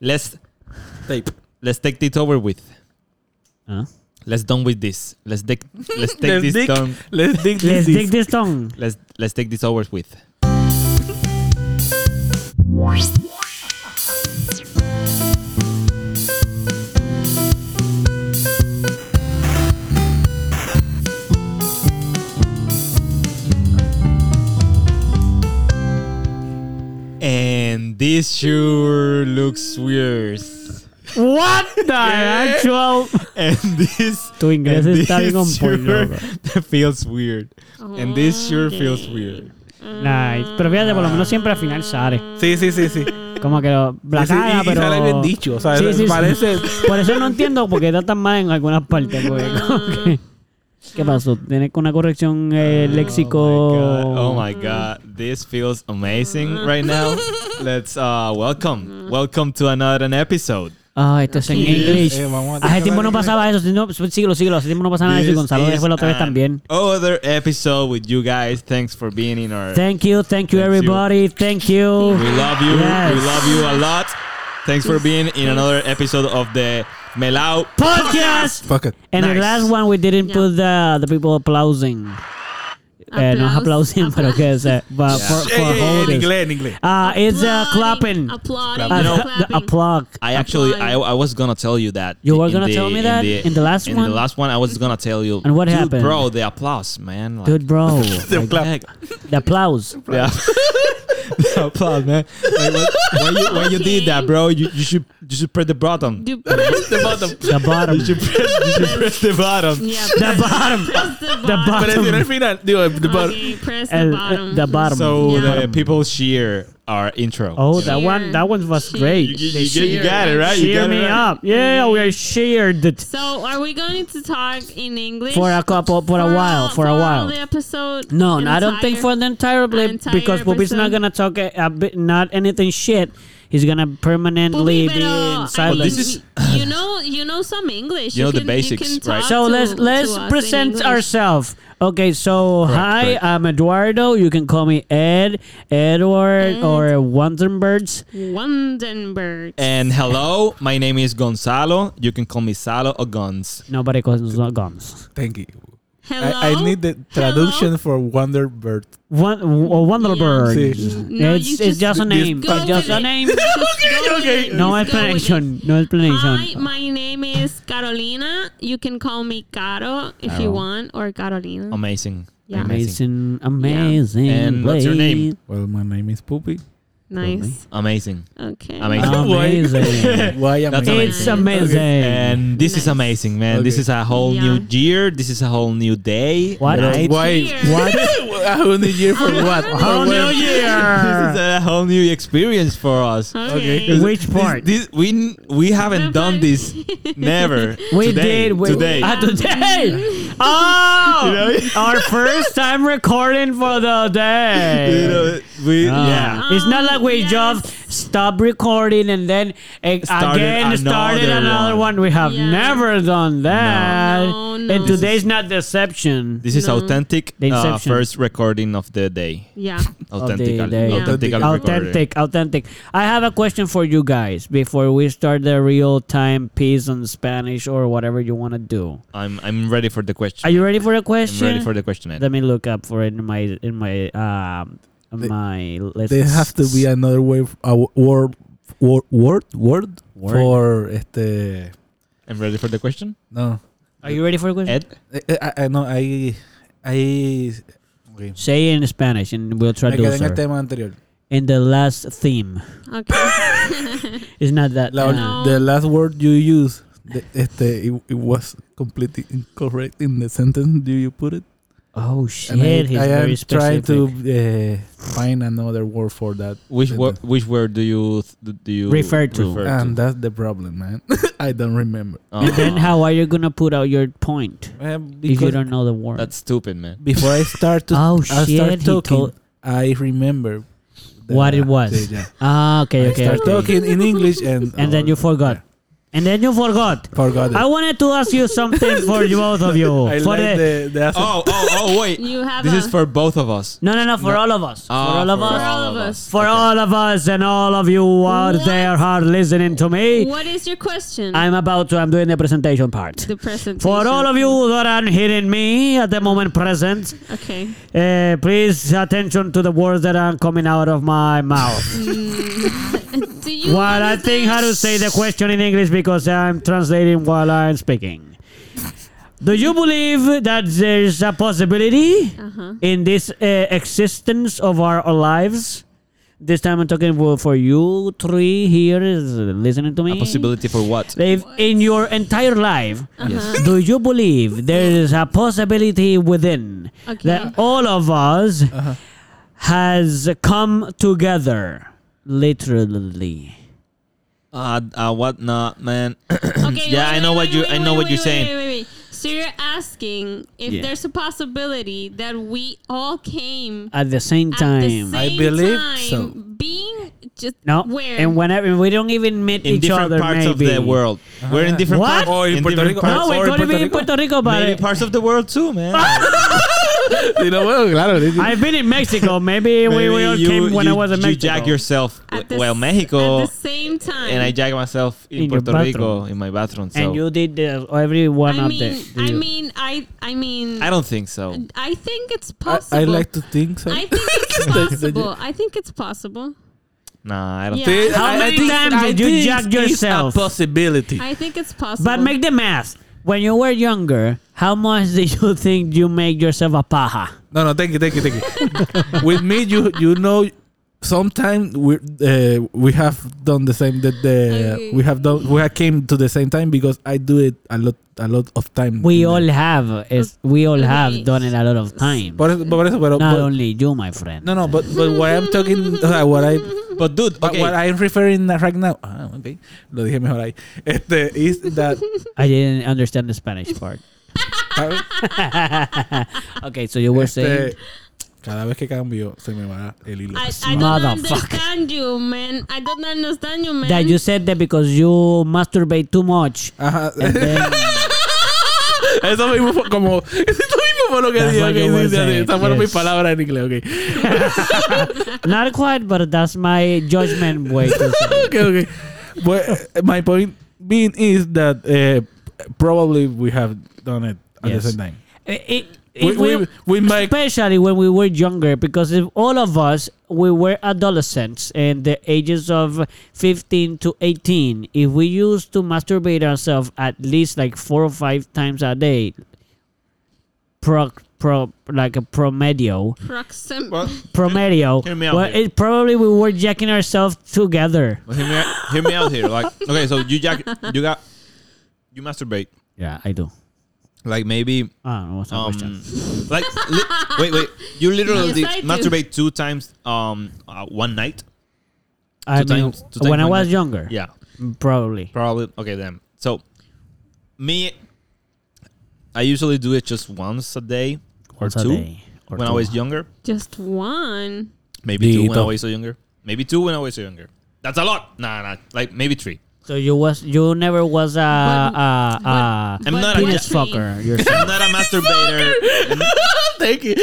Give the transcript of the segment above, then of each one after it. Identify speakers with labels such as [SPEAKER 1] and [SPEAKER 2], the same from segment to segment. [SPEAKER 1] Let's
[SPEAKER 2] Tape.
[SPEAKER 1] let's take it over with.
[SPEAKER 2] Ah.
[SPEAKER 1] Let's done with this. Let's take let's take
[SPEAKER 2] Let's
[SPEAKER 1] this
[SPEAKER 2] dig-
[SPEAKER 1] done.
[SPEAKER 2] Let's dig
[SPEAKER 3] Let's
[SPEAKER 2] this.
[SPEAKER 3] dig this down.
[SPEAKER 1] Let's let's take this over with. And this sure looks weird.
[SPEAKER 3] What the actual.
[SPEAKER 1] And this
[SPEAKER 3] Tu inglés
[SPEAKER 1] and
[SPEAKER 3] está bien
[SPEAKER 1] this
[SPEAKER 3] on point,
[SPEAKER 1] sure
[SPEAKER 3] bro.
[SPEAKER 1] feels weird. And this sure feels weird.
[SPEAKER 3] Nice. Pero fíjate, por lo menos siempre al final sale.
[SPEAKER 2] Sí, sí, sí, sí.
[SPEAKER 3] Como que lo, la
[SPEAKER 2] Sí, sí,
[SPEAKER 3] caga,
[SPEAKER 2] y- y
[SPEAKER 3] pero...
[SPEAKER 2] sale bien dicho, o sea,
[SPEAKER 3] Sí, sí, sí.
[SPEAKER 2] parece-
[SPEAKER 3] Por eso no entiendo por qué está tan mal en algunas partes. porque como que- ¿Qué pasó? ¿Tienes una corrección eh, léxico?
[SPEAKER 1] Oh my god, this feels amazing right now. Let's uh welcome. Welcome to another episode.
[SPEAKER 3] Ah, esto es en
[SPEAKER 2] Sí,
[SPEAKER 3] inglés.
[SPEAKER 2] eh, vamos a
[SPEAKER 3] Hace tiempo no
[SPEAKER 2] dejar-
[SPEAKER 3] pasaba eso. si No, pues, síguelo, síguelo. Hace tiempo no pasaba nada. de eso Ah, Y
[SPEAKER 1] This
[SPEAKER 3] Gonzalo
[SPEAKER 1] is
[SPEAKER 3] ya fue la otra vez
[SPEAKER 1] an
[SPEAKER 3] también.
[SPEAKER 1] Other episode with you guys. Thanks for being in our
[SPEAKER 3] Thank you,
[SPEAKER 1] Thank
[SPEAKER 3] thank you
[SPEAKER 1] you.
[SPEAKER 3] everybody. Thank you.
[SPEAKER 1] We love you. We
[SPEAKER 3] Yes.
[SPEAKER 1] love you a lot. Thanks for being in another episode of the Melau
[SPEAKER 3] Podcast.
[SPEAKER 2] Fuck it.
[SPEAKER 3] And the
[SPEAKER 1] Nice.
[SPEAKER 3] last one we didn't
[SPEAKER 4] Yeah.
[SPEAKER 3] put the, the people applauding. Eh, no es
[SPEAKER 4] Applause,
[SPEAKER 3] aplauding, pero que es eh, but for,
[SPEAKER 2] Eh,
[SPEAKER 3] for
[SPEAKER 2] eh, eh, en
[SPEAKER 3] holders.
[SPEAKER 2] inglés, en inglés.
[SPEAKER 3] Ah, it's uh, clapping.
[SPEAKER 4] Applauding.
[SPEAKER 3] Uh,
[SPEAKER 1] You know-
[SPEAKER 3] the applaud.
[SPEAKER 1] I actually, I, I was gonna tell you that.
[SPEAKER 3] You were
[SPEAKER 1] in
[SPEAKER 3] gonna tell me that in the last
[SPEAKER 1] in
[SPEAKER 3] one?
[SPEAKER 1] the last one, I was gonna tell you.
[SPEAKER 3] And what
[SPEAKER 1] dude,
[SPEAKER 3] happened?
[SPEAKER 1] bro? The applause, man. Like,
[SPEAKER 3] Good bro.
[SPEAKER 2] The clap.
[SPEAKER 1] heck.
[SPEAKER 3] the applause.
[SPEAKER 1] Yeah. the applause, man. Like, when, when you, when you did that, bro, you, you should you should press the button.
[SPEAKER 4] You press
[SPEAKER 1] the bottom.
[SPEAKER 3] The bottom.
[SPEAKER 1] You should press, you should press the bottom.
[SPEAKER 4] Yeah,
[SPEAKER 3] the bottom.
[SPEAKER 4] press the
[SPEAKER 3] The
[SPEAKER 4] bottom.
[SPEAKER 2] Pero
[SPEAKER 3] bottom.
[SPEAKER 2] en el final, digo, el-
[SPEAKER 4] Okay, press the
[SPEAKER 3] El-
[SPEAKER 4] bottom.
[SPEAKER 3] the bottom.
[SPEAKER 1] So
[SPEAKER 4] Yeah.
[SPEAKER 1] the people share our intro. You
[SPEAKER 3] Oh,
[SPEAKER 1] know?
[SPEAKER 3] that one. That one was
[SPEAKER 4] Cheer.
[SPEAKER 3] great.
[SPEAKER 1] you,
[SPEAKER 3] Cheer,
[SPEAKER 1] you, you, you got it right. You got
[SPEAKER 3] me
[SPEAKER 1] it right.
[SPEAKER 3] up. Yeah, we are cheered.
[SPEAKER 4] So, are we going to talk in English
[SPEAKER 3] For a couple- for a while,
[SPEAKER 4] all-
[SPEAKER 3] for a while.
[SPEAKER 4] The episode.
[SPEAKER 3] No, no, I don't
[SPEAKER 4] entire-
[SPEAKER 3] think for the entire blip
[SPEAKER 4] entire
[SPEAKER 3] because Bobby's not
[SPEAKER 4] episode.
[SPEAKER 3] gonna talk a, a bit, not anything shit. He's gonna permanently
[SPEAKER 4] Pupi,
[SPEAKER 3] be in
[SPEAKER 4] pero I mean,
[SPEAKER 3] silence.
[SPEAKER 1] this is-
[SPEAKER 4] you know, you know some English.
[SPEAKER 1] You know the
[SPEAKER 4] can-
[SPEAKER 1] basics,
[SPEAKER 4] can
[SPEAKER 1] right?
[SPEAKER 4] talk
[SPEAKER 3] so
[SPEAKER 4] to-
[SPEAKER 3] let's
[SPEAKER 4] to
[SPEAKER 3] let's
[SPEAKER 4] us in
[SPEAKER 3] present
[SPEAKER 4] English.
[SPEAKER 3] ourselves. Okay, so
[SPEAKER 1] Correct,
[SPEAKER 3] hi,
[SPEAKER 1] correct.
[SPEAKER 3] I'm Eduardo. You can call me Ed, Edward,
[SPEAKER 4] Ed.
[SPEAKER 3] or Wonderbirds.
[SPEAKER 4] Wondenberg.
[SPEAKER 1] And hello, my name is Gonzalo. You can call me Salo or Guns.
[SPEAKER 3] Nobody calls us guns.
[SPEAKER 2] Thank you.
[SPEAKER 4] Hello.
[SPEAKER 2] I, I need the traduction for Wonder Bird.
[SPEAKER 3] One or Wonderbirds.
[SPEAKER 2] Sí.
[SPEAKER 4] No,
[SPEAKER 3] it's,
[SPEAKER 4] you
[SPEAKER 3] it's
[SPEAKER 4] just-
[SPEAKER 3] just a
[SPEAKER 2] This-
[SPEAKER 3] name.
[SPEAKER 4] Go
[SPEAKER 3] It's just
[SPEAKER 4] with
[SPEAKER 3] a
[SPEAKER 4] it.
[SPEAKER 3] name.
[SPEAKER 4] okay, okay.
[SPEAKER 3] No explanation. No
[SPEAKER 4] Hi,
[SPEAKER 3] explanation.
[SPEAKER 4] my name is Carolina. You can call me Caro if
[SPEAKER 1] Caro. Oh,
[SPEAKER 4] you want, or Carolina.
[SPEAKER 1] Amazing.
[SPEAKER 4] Yeah.
[SPEAKER 3] Amazing, amazing.
[SPEAKER 1] And what's your name?
[SPEAKER 2] Well, my name is Poopy.
[SPEAKER 4] nice.
[SPEAKER 1] Amazing.
[SPEAKER 4] Okay.
[SPEAKER 1] Amazing.
[SPEAKER 3] Amazing.
[SPEAKER 2] Why am
[SPEAKER 1] That's
[SPEAKER 2] I?
[SPEAKER 1] amazing.
[SPEAKER 3] It's amazing.
[SPEAKER 1] And this is
[SPEAKER 4] Nice.
[SPEAKER 1] amazing, man. This
[SPEAKER 2] Okay.
[SPEAKER 1] is a whole
[SPEAKER 4] Yeah.
[SPEAKER 1] new year. This is a whole new day.
[SPEAKER 3] What?
[SPEAKER 1] Right?
[SPEAKER 2] Why?
[SPEAKER 4] Here.
[SPEAKER 2] I only year for what? For
[SPEAKER 4] How new
[SPEAKER 2] what?
[SPEAKER 1] this is a whole new experience for us.
[SPEAKER 4] Okay.
[SPEAKER 1] This-
[SPEAKER 3] Which part?
[SPEAKER 1] This, we we haven't done this never.
[SPEAKER 3] We
[SPEAKER 1] Today,
[SPEAKER 3] did. We,
[SPEAKER 1] today.
[SPEAKER 3] Ah, today. Oh, our first time recording for the day.
[SPEAKER 1] You know, we
[SPEAKER 3] Ah.
[SPEAKER 1] yeah.
[SPEAKER 3] It's not like we
[SPEAKER 4] Oh, Yes.
[SPEAKER 3] just stopped recording and then eh,
[SPEAKER 1] Started
[SPEAKER 3] again started
[SPEAKER 1] another
[SPEAKER 3] another
[SPEAKER 1] one.
[SPEAKER 3] one. We have
[SPEAKER 4] Yeah.
[SPEAKER 3] never done that.
[SPEAKER 4] No, no.
[SPEAKER 3] And
[SPEAKER 4] This
[SPEAKER 3] today's not deception.
[SPEAKER 1] This is authentic
[SPEAKER 3] The
[SPEAKER 1] uh,
[SPEAKER 3] inception.
[SPEAKER 1] first recording of the day.
[SPEAKER 4] Yeah.
[SPEAKER 1] Authentic.
[SPEAKER 3] day.
[SPEAKER 1] Authentic. recording.
[SPEAKER 2] Yeah.
[SPEAKER 3] Authentic, authentic. I have a question for you guys before we start the real time piece on Spanish or whatever you want to do.
[SPEAKER 1] I'm I'm ready for the
[SPEAKER 3] Are
[SPEAKER 1] question.
[SPEAKER 3] you ready for a
[SPEAKER 1] I'm
[SPEAKER 3] question?
[SPEAKER 1] ready for the question. Ed.
[SPEAKER 3] Let me look up for it in my in my um
[SPEAKER 2] They-
[SPEAKER 3] my list.
[SPEAKER 2] There have to be another way. f- A word, word, word, word
[SPEAKER 3] Word.
[SPEAKER 2] for este.
[SPEAKER 1] I'm ready for the question.
[SPEAKER 2] No,
[SPEAKER 3] Are you ready for a question?
[SPEAKER 1] Ed,
[SPEAKER 2] I, I, I no, I, I. Okay.
[SPEAKER 3] Say in Spanish and we'll
[SPEAKER 2] Me quedé
[SPEAKER 3] traduce.
[SPEAKER 2] en el
[SPEAKER 3] her.
[SPEAKER 2] tema anterior.
[SPEAKER 3] In the last theme,
[SPEAKER 4] Okay.
[SPEAKER 3] it's not that.
[SPEAKER 2] La,
[SPEAKER 3] uh,
[SPEAKER 2] The last word you used, the, este, it, it was completely incorrect in the sentence. Do you put it?
[SPEAKER 3] oh
[SPEAKER 2] And I-
[SPEAKER 3] shit! He's
[SPEAKER 2] I,
[SPEAKER 3] very
[SPEAKER 2] am trying
[SPEAKER 3] specific.
[SPEAKER 2] to uh, find another word for that,
[SPEAKER 1] which
[SPEAKER 2] Yeah.
[SPEAKER 1] word which word do you th- do you
[SPEAKER 3] Refer to.
[SPEAKER 2] and uh, that's the problem, man. I don't remember.
[SPEAKER 3] And then
[SPEAKER 1] Oh,
[SPEAKER 3] how are you gonna put out your point
[SPEAKER 2] Eh,
[SPEAKER 3] if you don't know the word?
[SPEAKER 1] that's stupid, man.
[SPEAKER 2] before I start to,
[SPEAKER 3] oh
[SPEAKER 2] I start
[SPEAKER 3] shit! He
[SPEAKER 2] talking,
[SPEAKER 3] told.
[SPEAKER 2] I remember
[SPEAKER 3] What it was.
[SPEAKER 2] Yeah, yeah.
[SPEAKER 3] Ah, okay,
[SPEAKER 2] I
[SPEAKER 3] okay.
[SPEAKER 2] start
[SPEAKER 3] okay.
[SPEAKER 2] talking in English, and uh,
[SPEAKER 3] And then you forgot. and then you forgot.
[SPEAKER 2] Forgot it.
[SPEAKER 3] I wanted to ask you something for you both of you.
[SPEAKER 2] I
[SPEAKER 3] for the-
[SPEAKER 2] like the, the accent.
[SPEAKER 1] Oh, oh, oh, wait.
[SPEAKER 4] You have
[SPEAKER 1] this
[SPEAKER 4] a-
[SPEAKER 1] is for both of us.
[SPEAKER 3] no, no, no, for all of us. for
[SPEAKER 1] Ah,
[SPEAKER 3] all of us.
[SPEAKER 4] For all of us.
[SPEAKER 3] For all of us and all of you out
[SPEAKER 4] What?
[SPEAKER 3] there who are listening to me,
[SPEAKER 4] What is your question?
[SPEAKER 3] I'm about to, I'm doing the presentation part.
[SPEAKER 4] the presentation.
[SPEAKER 3] for all of you that are hearing me at the moment present,
[SPEAKER 4] Okay.
[SPEAKER 3] uh, please attention to the words that are coming out of my mouth.
[SPEAKER 4] Do you
[SPEAKER 3] while I
[SPEAKER 4] understand?
[SPEAKER 3] think how to say the question in English because I'm translating while I'm speaking. Do you believe that there's a possibility in this uh, existence of our lives? This time I'm talking for, for you three here is listening to me.
[SPEAKER 1] A possibility for what?
[SPEAKER 3] If in your entire life,
[SPEAKER 1] Yes.
[SPEAKER 3] do you believe there is a possibility within
[SPEAKER 4] Okay.
[SPEAKER 3] that all of us
[SPEAKER 1] Uh-huh.
[SPEAKER 3] has come together, literally?
[SPEAKER 1] Uh, uh, what not, man?
[SPEAKER 4] Okay,
[SPEAKER 1] yeah,
[SPEAKER 4] wait,
[SPEAKER 1] I know what
[SPEAKER 4] wait, wait,
[SPEAKER 1] you.
[SPEAKER 4] wait,
[SPEAKER 1] I know
[SPEAKER 4] wait,
[SPEAKER 1] what
[SPEAKER 4] wait,
[SPEAKER 1] you're
[SPEAKER 4] wait,
[SPEAKER 1] saying.
[SPEAKER 4] Wait, wait, wait. So you're asking if
[SPEAKER 3] Yeah.
[SPEAKER 4] there's a possibility that we all came
[SPEAKER 3] At the same
[SPEAKER 4] at the
[SPEAKER 3] time,
[SPEAKER 4] same
[SPEAKER 2] I believe
[SPEAKER 4] time,
[SPEAKER 2] so.
[SPEAKER 4] being just
[SPEAKER 3] no,
[SPEAKER 4] where
[SPEAKER 3] and whenever we don't even meet
[SPEAKER 1] In
[SPEAKER 3] each
[SPEAKER 1] different
[SPEAKER 3] other,
[SPEAKER 1] parts
[SPEAKER 3] maybe. Uh-huh.
[SPEAKER 1] of the world, we're in different
[SPEAKER 3] What?
[SPEAKER 1] parts.
[SPEAKER 2] Oh, in
[SPEAKER 1] in
[SPEAKER 2] Puerto
[SPEAKER 1] different
[SPEAKER 2] Rico.
[SPEAKER 1] parts.
[SPEAKER 3] No,
[SPEAKER 2] Or
[SPEAKER 3] we're
[SPEAKER 2] in
[SPEAKER 3] going to be
[SPEAKER 2] Puerto
[SPEAKER 3] in
[SPEAKER 2] Rico.
[SPEAKER 3] Puerto Rico,
[SPEAKER 1] Maybe
[SPEAKER 3] but
[SPEAKER 1] parts of the world too, man.
[SPEAKER 2] Sí, no, bueno, claro. sí, sí.
[SPEAKER 3] I've been in Mexico. Maybe, we, we
[SPEAKER 1] Maybe
[SPEAKER 3] all
[SPEAKER 1] you-
[SPEAKER 3] came when I
[SPEAKER 1] you-
[SPEAKER 3] was in
[SPEAKER 1] you
[SPEAKER 3] Mexico.
[SPEAKER 1] jag yourself.
[SPEAKER 4] at the
[SPEAKER 1] well,
[SPEAKER 4] s-
[SPEAKER 1] Mexico,
[SPEAKER 4] at the same time.
[SPEAKER 1] and I jag myself in,
[SPEAKER 3] In your
[SPEAKER 1] Puerto Rico
[SPEAKER 3] bathroom.
[SPEAKER 1] in my bathroom. So
[SPEAKER 3] and you did uh, every one
[SPEAKER 4] I
[SPEAKER 3] of
[SPEAKER 4] mean,
[SPEAKER 3] the.
[SPEAKER 4] I mean, I, I mean,
[SPEAKER 1] I don't think so.
[SPEAKER 4] I think it's
[SPEAKER 2] I,
[SPEAKER 4] possible.
[SPEAKER 2] I like to think so.
[SPEAKER 4] I think it's possible. I think it's possible.
[SPEAKER 1] Nah, I don't.
[SPEAKER 4] Yeah.
[SPEAKER 1] think
[SPEAKER 2] See,
[SPEAKER 4] How
[SPEAKER 2] I- I
[SPEAKER 3] many
[SPEAKER 2] think-
[SPEAKER 3] times
[SPEAKER 2] I
[SPEAKER 3] did you
[SPEAKER 2] think
[SPEAKER 3] jack
[SPEAKER 2] it's
[SPEAKER 3] yourself?
[SPEAKER 2] a possibility.
[SPEAKER 4] I think it's possible.
[SPEAKER 3] But make the math. When you were younger, how much did you think you make yourself a paja?
[SPEAKER 2] No, no, thank you, thank you, thank you. With me, you you know, sometimes we uh, we have done the same that the
[SPEAKER 4] Okay.
[SPEAKER 2] we have done we have came to the same time because I do it a lot a lot of time.
[SPEAKER 1] Mm.
[SPEAKER 3] We
[SPEAKER 2] in
[SPEAKER 3] all
[SPEAKER 2] the-
[SPEAKER 3] have is we all have
[SPEAKER 4] Okay.
[SPEAKER 3] done it a lot of times.
[SPEAKER 2] Por eso, por eso, pero,
[SPEAKER 3] Not
[SPEAKER 2] but-
[SPEAKER 3] only you, my friend.
[SPEAKER 2] no, no, but but what I'm talking, o sea, what I
[SPEAKER 1] But dude,
[SPEAKER 2] but
[SPEAKER 1] okay.
[SPEAKER 2] what I'm referring right now, ah, okay, lo dije mejor ahí. Este is that
[SPEAKER 3] I didn't understand the Spanish part.
[SPEAKER 2] ¿sabes?
[SPEAKER 3] Okay, so you were saying
[SPEAKER 2] Este, cada vez que cambio se me va el hilo.
[SPEAKER 4] I, I
[SPEAKER 2] Se me
[SPEAKER 4] don't
[SPEAKER 2] va.
[SPEAKER 3] Motherfucker.
[SPEAKER 4] understand you, man. I don't understand you, man.
[SPEAKER 3] that you said that because you masturbate too much.
[SPEAKER 2] Ajá.
[SPEAKER 3] And then
[SPEAKER 2] Eso mismo fue como. Eso mismo fue lo que
[SPEAKER 3] That's
[SPEAKER 2] dijo.
[SPEAKER 3] what
[SPEAKER 2] Okay,
[SPEAKER 3] you were
[SPEAKER 2] sí, sí,
[SPEAKER 3] saying,
[SPEAKER 2] Esas fueron
[SPEAKER 3] yes.
[SPEAKER 2] mis palabras en inglés. Ok.
[SPEAKER 3] not quite, but that's my judgment way to say. it.
[SPEAKER 2] Okay, okay. But my point being is that uh, probably we have done it at
[SPEAKER 3] Yes.
[SPEAKER 2] the same time.
[SPEAKER 3] It-
[SPEAKER 2] We,
[SPEAKER 3] it will-
[SPEAKER 2] we, we make.
[SPEAKER 3] especially when we were younger because if all of us we were adolescents and the ages of 15 to 18 if we used to masturbate ourselves at least like four or five times a day pro, pro like a promedio
[SPEAKER 4] Proxim-
[SPEAKER 1] Well,
[SPEAKER 3] promedio
[SPEAKER 1] Hear me out
[SPEAKER 3] well,
[SPEAKER 1] here.
[SPEAKER 3] it probably we were jacking ourselves together
[SPEAKER 1] well, hear me, out- hear me out here. Like, okay, so you jack, you got, you masturbate.
[SPEAKER 3] yeah i do
[SPEAKER 1] Like maybe,
[SPEAKER 3] ah what's the
[SPEAKER 1] um,
[SPEAKER 3] question
[SPEAKER 1] like, li- wait, wait. You literally
[SPEAKER 4] Yes, I do.
[SPEAKER 1] masturbate two times, um, uh, one night.
[SPEAKER 3] I
[SPEAKER 1] two
[SPEAKER 3] mean,
[SPEAKER 1] times- two times
[SPEAKER 3] when i
[SPEAKER 1] one
[SPEAKER 3] was
[SPEAKER 1] night.
[SPEAKER 3] younger
[SPEAKER 1] Yeah,
[SPEAKER 3] probably
[SPEAKER 1] probably. Okay, then. So, me, I usually do it just once a day or
[SPEAKER 3] Once a
[SPEAKER 1] two
[SPEAKER 3] day or
[SPEAKER 1] when I
[SPEAKER 3] two.
[SPEAKER 1] was younger.
[SPEAKER 4] just one.
[SPEAKER 1] Maybe two when I
[SPEAKER 2] Dito.
[SPEAKER 1] was younger. Maybe two when I was younger. That's a lot. Nah, nah. Like maybe three.
[SPEAKER 3] so you was you never was a a- a-
[SPEAKER 1] I'm not a
[SPEAKER 4] what
[SPEAKER 1] penis
[SPEAKER 4] tree?
[SPEAKER 3] fucker yourself
[SPEAKER 1] I'm not a masturbator.
[SPEAKER 2] Thank you.